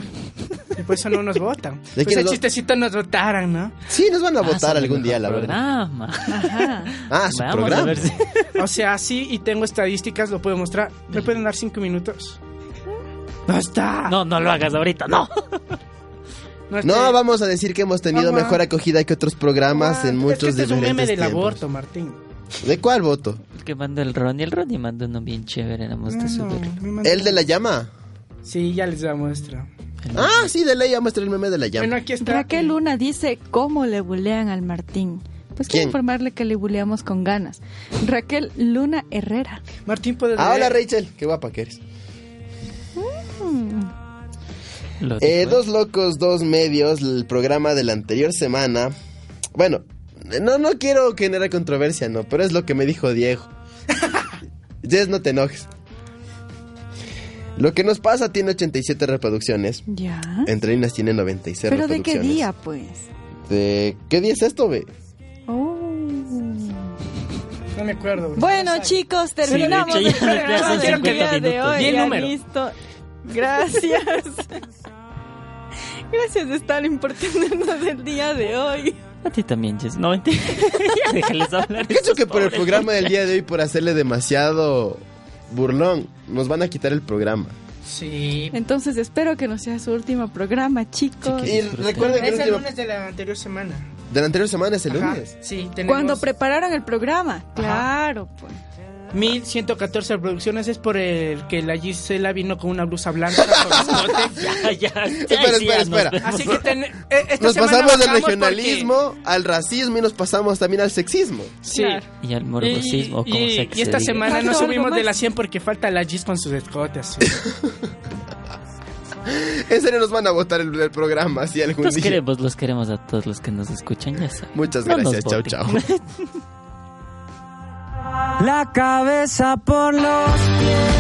S2: Y por eso no nos votan.
S5: ¿De
S2: Pues
S5: quién
S2: el
S5: lo-
S2: chistecito nos votaran, ¿no?
S5: Sí, nos van a
S3: Ah,
S5: votar
S3: sobre
S5: algún
S3: el
S5: día, la verdad.
S3: programa.
S6: Ajá.
S5: Ah, su
S3: Vamos
S5: programa.
S3: a ver si...
S2: O sea, sí, y tengo estadísticas, lo puedo mostrar. ¿Me pueden dar cinco minutos? ¡Basta!
S3: No, no lo hagas ahorita, no.
S2: no, este-
S5: No, vamos a decir que hemos tenido
S2: Mamá.
S5: mejor acogida que otros programas
S2: Ah,
S5: en muchos
S2: es que este es un
S5: diferentes
S2: meme del
S5: tiempos.
S2: aborto, Martín.
S5: ¿De cuál voto?
S3: Que mandó el Ronnie, el Ronnie mandó uno bien chévere, nada más de
S2: No,
S3: subirlo.
S2: me mandó-
S5: este ¿El de la llama?
S2: Sí, ya les da muestra.
S5: Ah, sí, de ley ya muestra el meme de la
S2: Bueno,
S5: llama.
S2: aquí está.
S6: Raquel Luna dice cómo le bulean al Martín. Pues
S5: ¿Quién?
S6: quiero informarle que le buleamos con ganas. Raquel Luna Herrera.
S2: Martín puede
S5: Ah, hola
S2: leer?
S5: Rachel, qué guapa que eres.
S3: Lo
S5: Eh,
S3: dijo,
S5: dos locos, dos medios, el programa de la anterior semana. Bueno, no, no quiero generar controversia, no, pero es lo que me dijo Diego. Jess, no te enojes. Lo que nos pasa tiene 87 reproducciones.
S6: Ya.
S5: Entre líneas tiene 96
S6: ¿Ah? ¿Pero de qué
S5: Este reproducciones.
S6: día, pues?
S5: ¿De qué día es esto, ve?
S6: Oh.
S2: No me acuerdo.
S6: Bueno, chicos, terminamos
S3: de
S6: el
S3: hecho, ya nos
S6: programa
S3: quedan
S6: del día
S3: 50
S6: de
S3: minutos.
S6: hoy.
S2: Di el
S6: Ya
S2: número.
S6: listo. Gracias. Gracias Stalin por tenernos el día de hoy.
S3: A ti también, Jess. No, mentira. ya déjales hablar.
S5: Cacho
S3: estos
S5: que por el
S3: pobres.
S5: programa del día de hoy, por hacerle demasiado burlón, nos van a quitar el programa.
S2: Sí.
S6: Entonces espero que no sea su último programa, chicos.
S3: Chiquis.
S5: Y
S3: disfruten.
S5: recuerden que el
S2: Es el
S5: último,
S2: lunes de la anterior semana.
S5: de la anterior semana es el
S2: Ajá.
S5: lunes.
S2: Sí, tenemos
S6: Cuando prepararon el programa. Claro, pues.
S2: 1114 reproducciones es por el que la Gisela vino con una blusa blanca. con escote.
S3: Ya, ya. ya,
S5: Espera,
S3: sí,
S5: espera,
S3: ya nos
S5: espera.
S3: vemos.
S2: Así que ten- eh, esta
S5: Nos
S2: semana
S5: pasamos del
S2: bajamos porque-
S5: regionalismo al racismo y nos pasamos también al sexismo.
S2: Sí.
S6: Claro.
S3: Y al
S2: Y,
S3: morbosismo,
S2: y-
S3: como
S2: y
S3: se
S2: esta
S3: diga.
S2: semana no
S6: Faltó algo
S2: subimos de
S6: más.
S2: la 100 porque falta la Gis con sus escotes.
S5: En serio nos van a votar el, el programa si algún
S3: Los
S5: día.
S3: queremos, los queremos a todos los que nos escuchan, ya saben.
S5: Muchas
S3: No nos
S5: gracias, chao,
S3: voten.
S5: chao.
S7: La cabeza por los pies.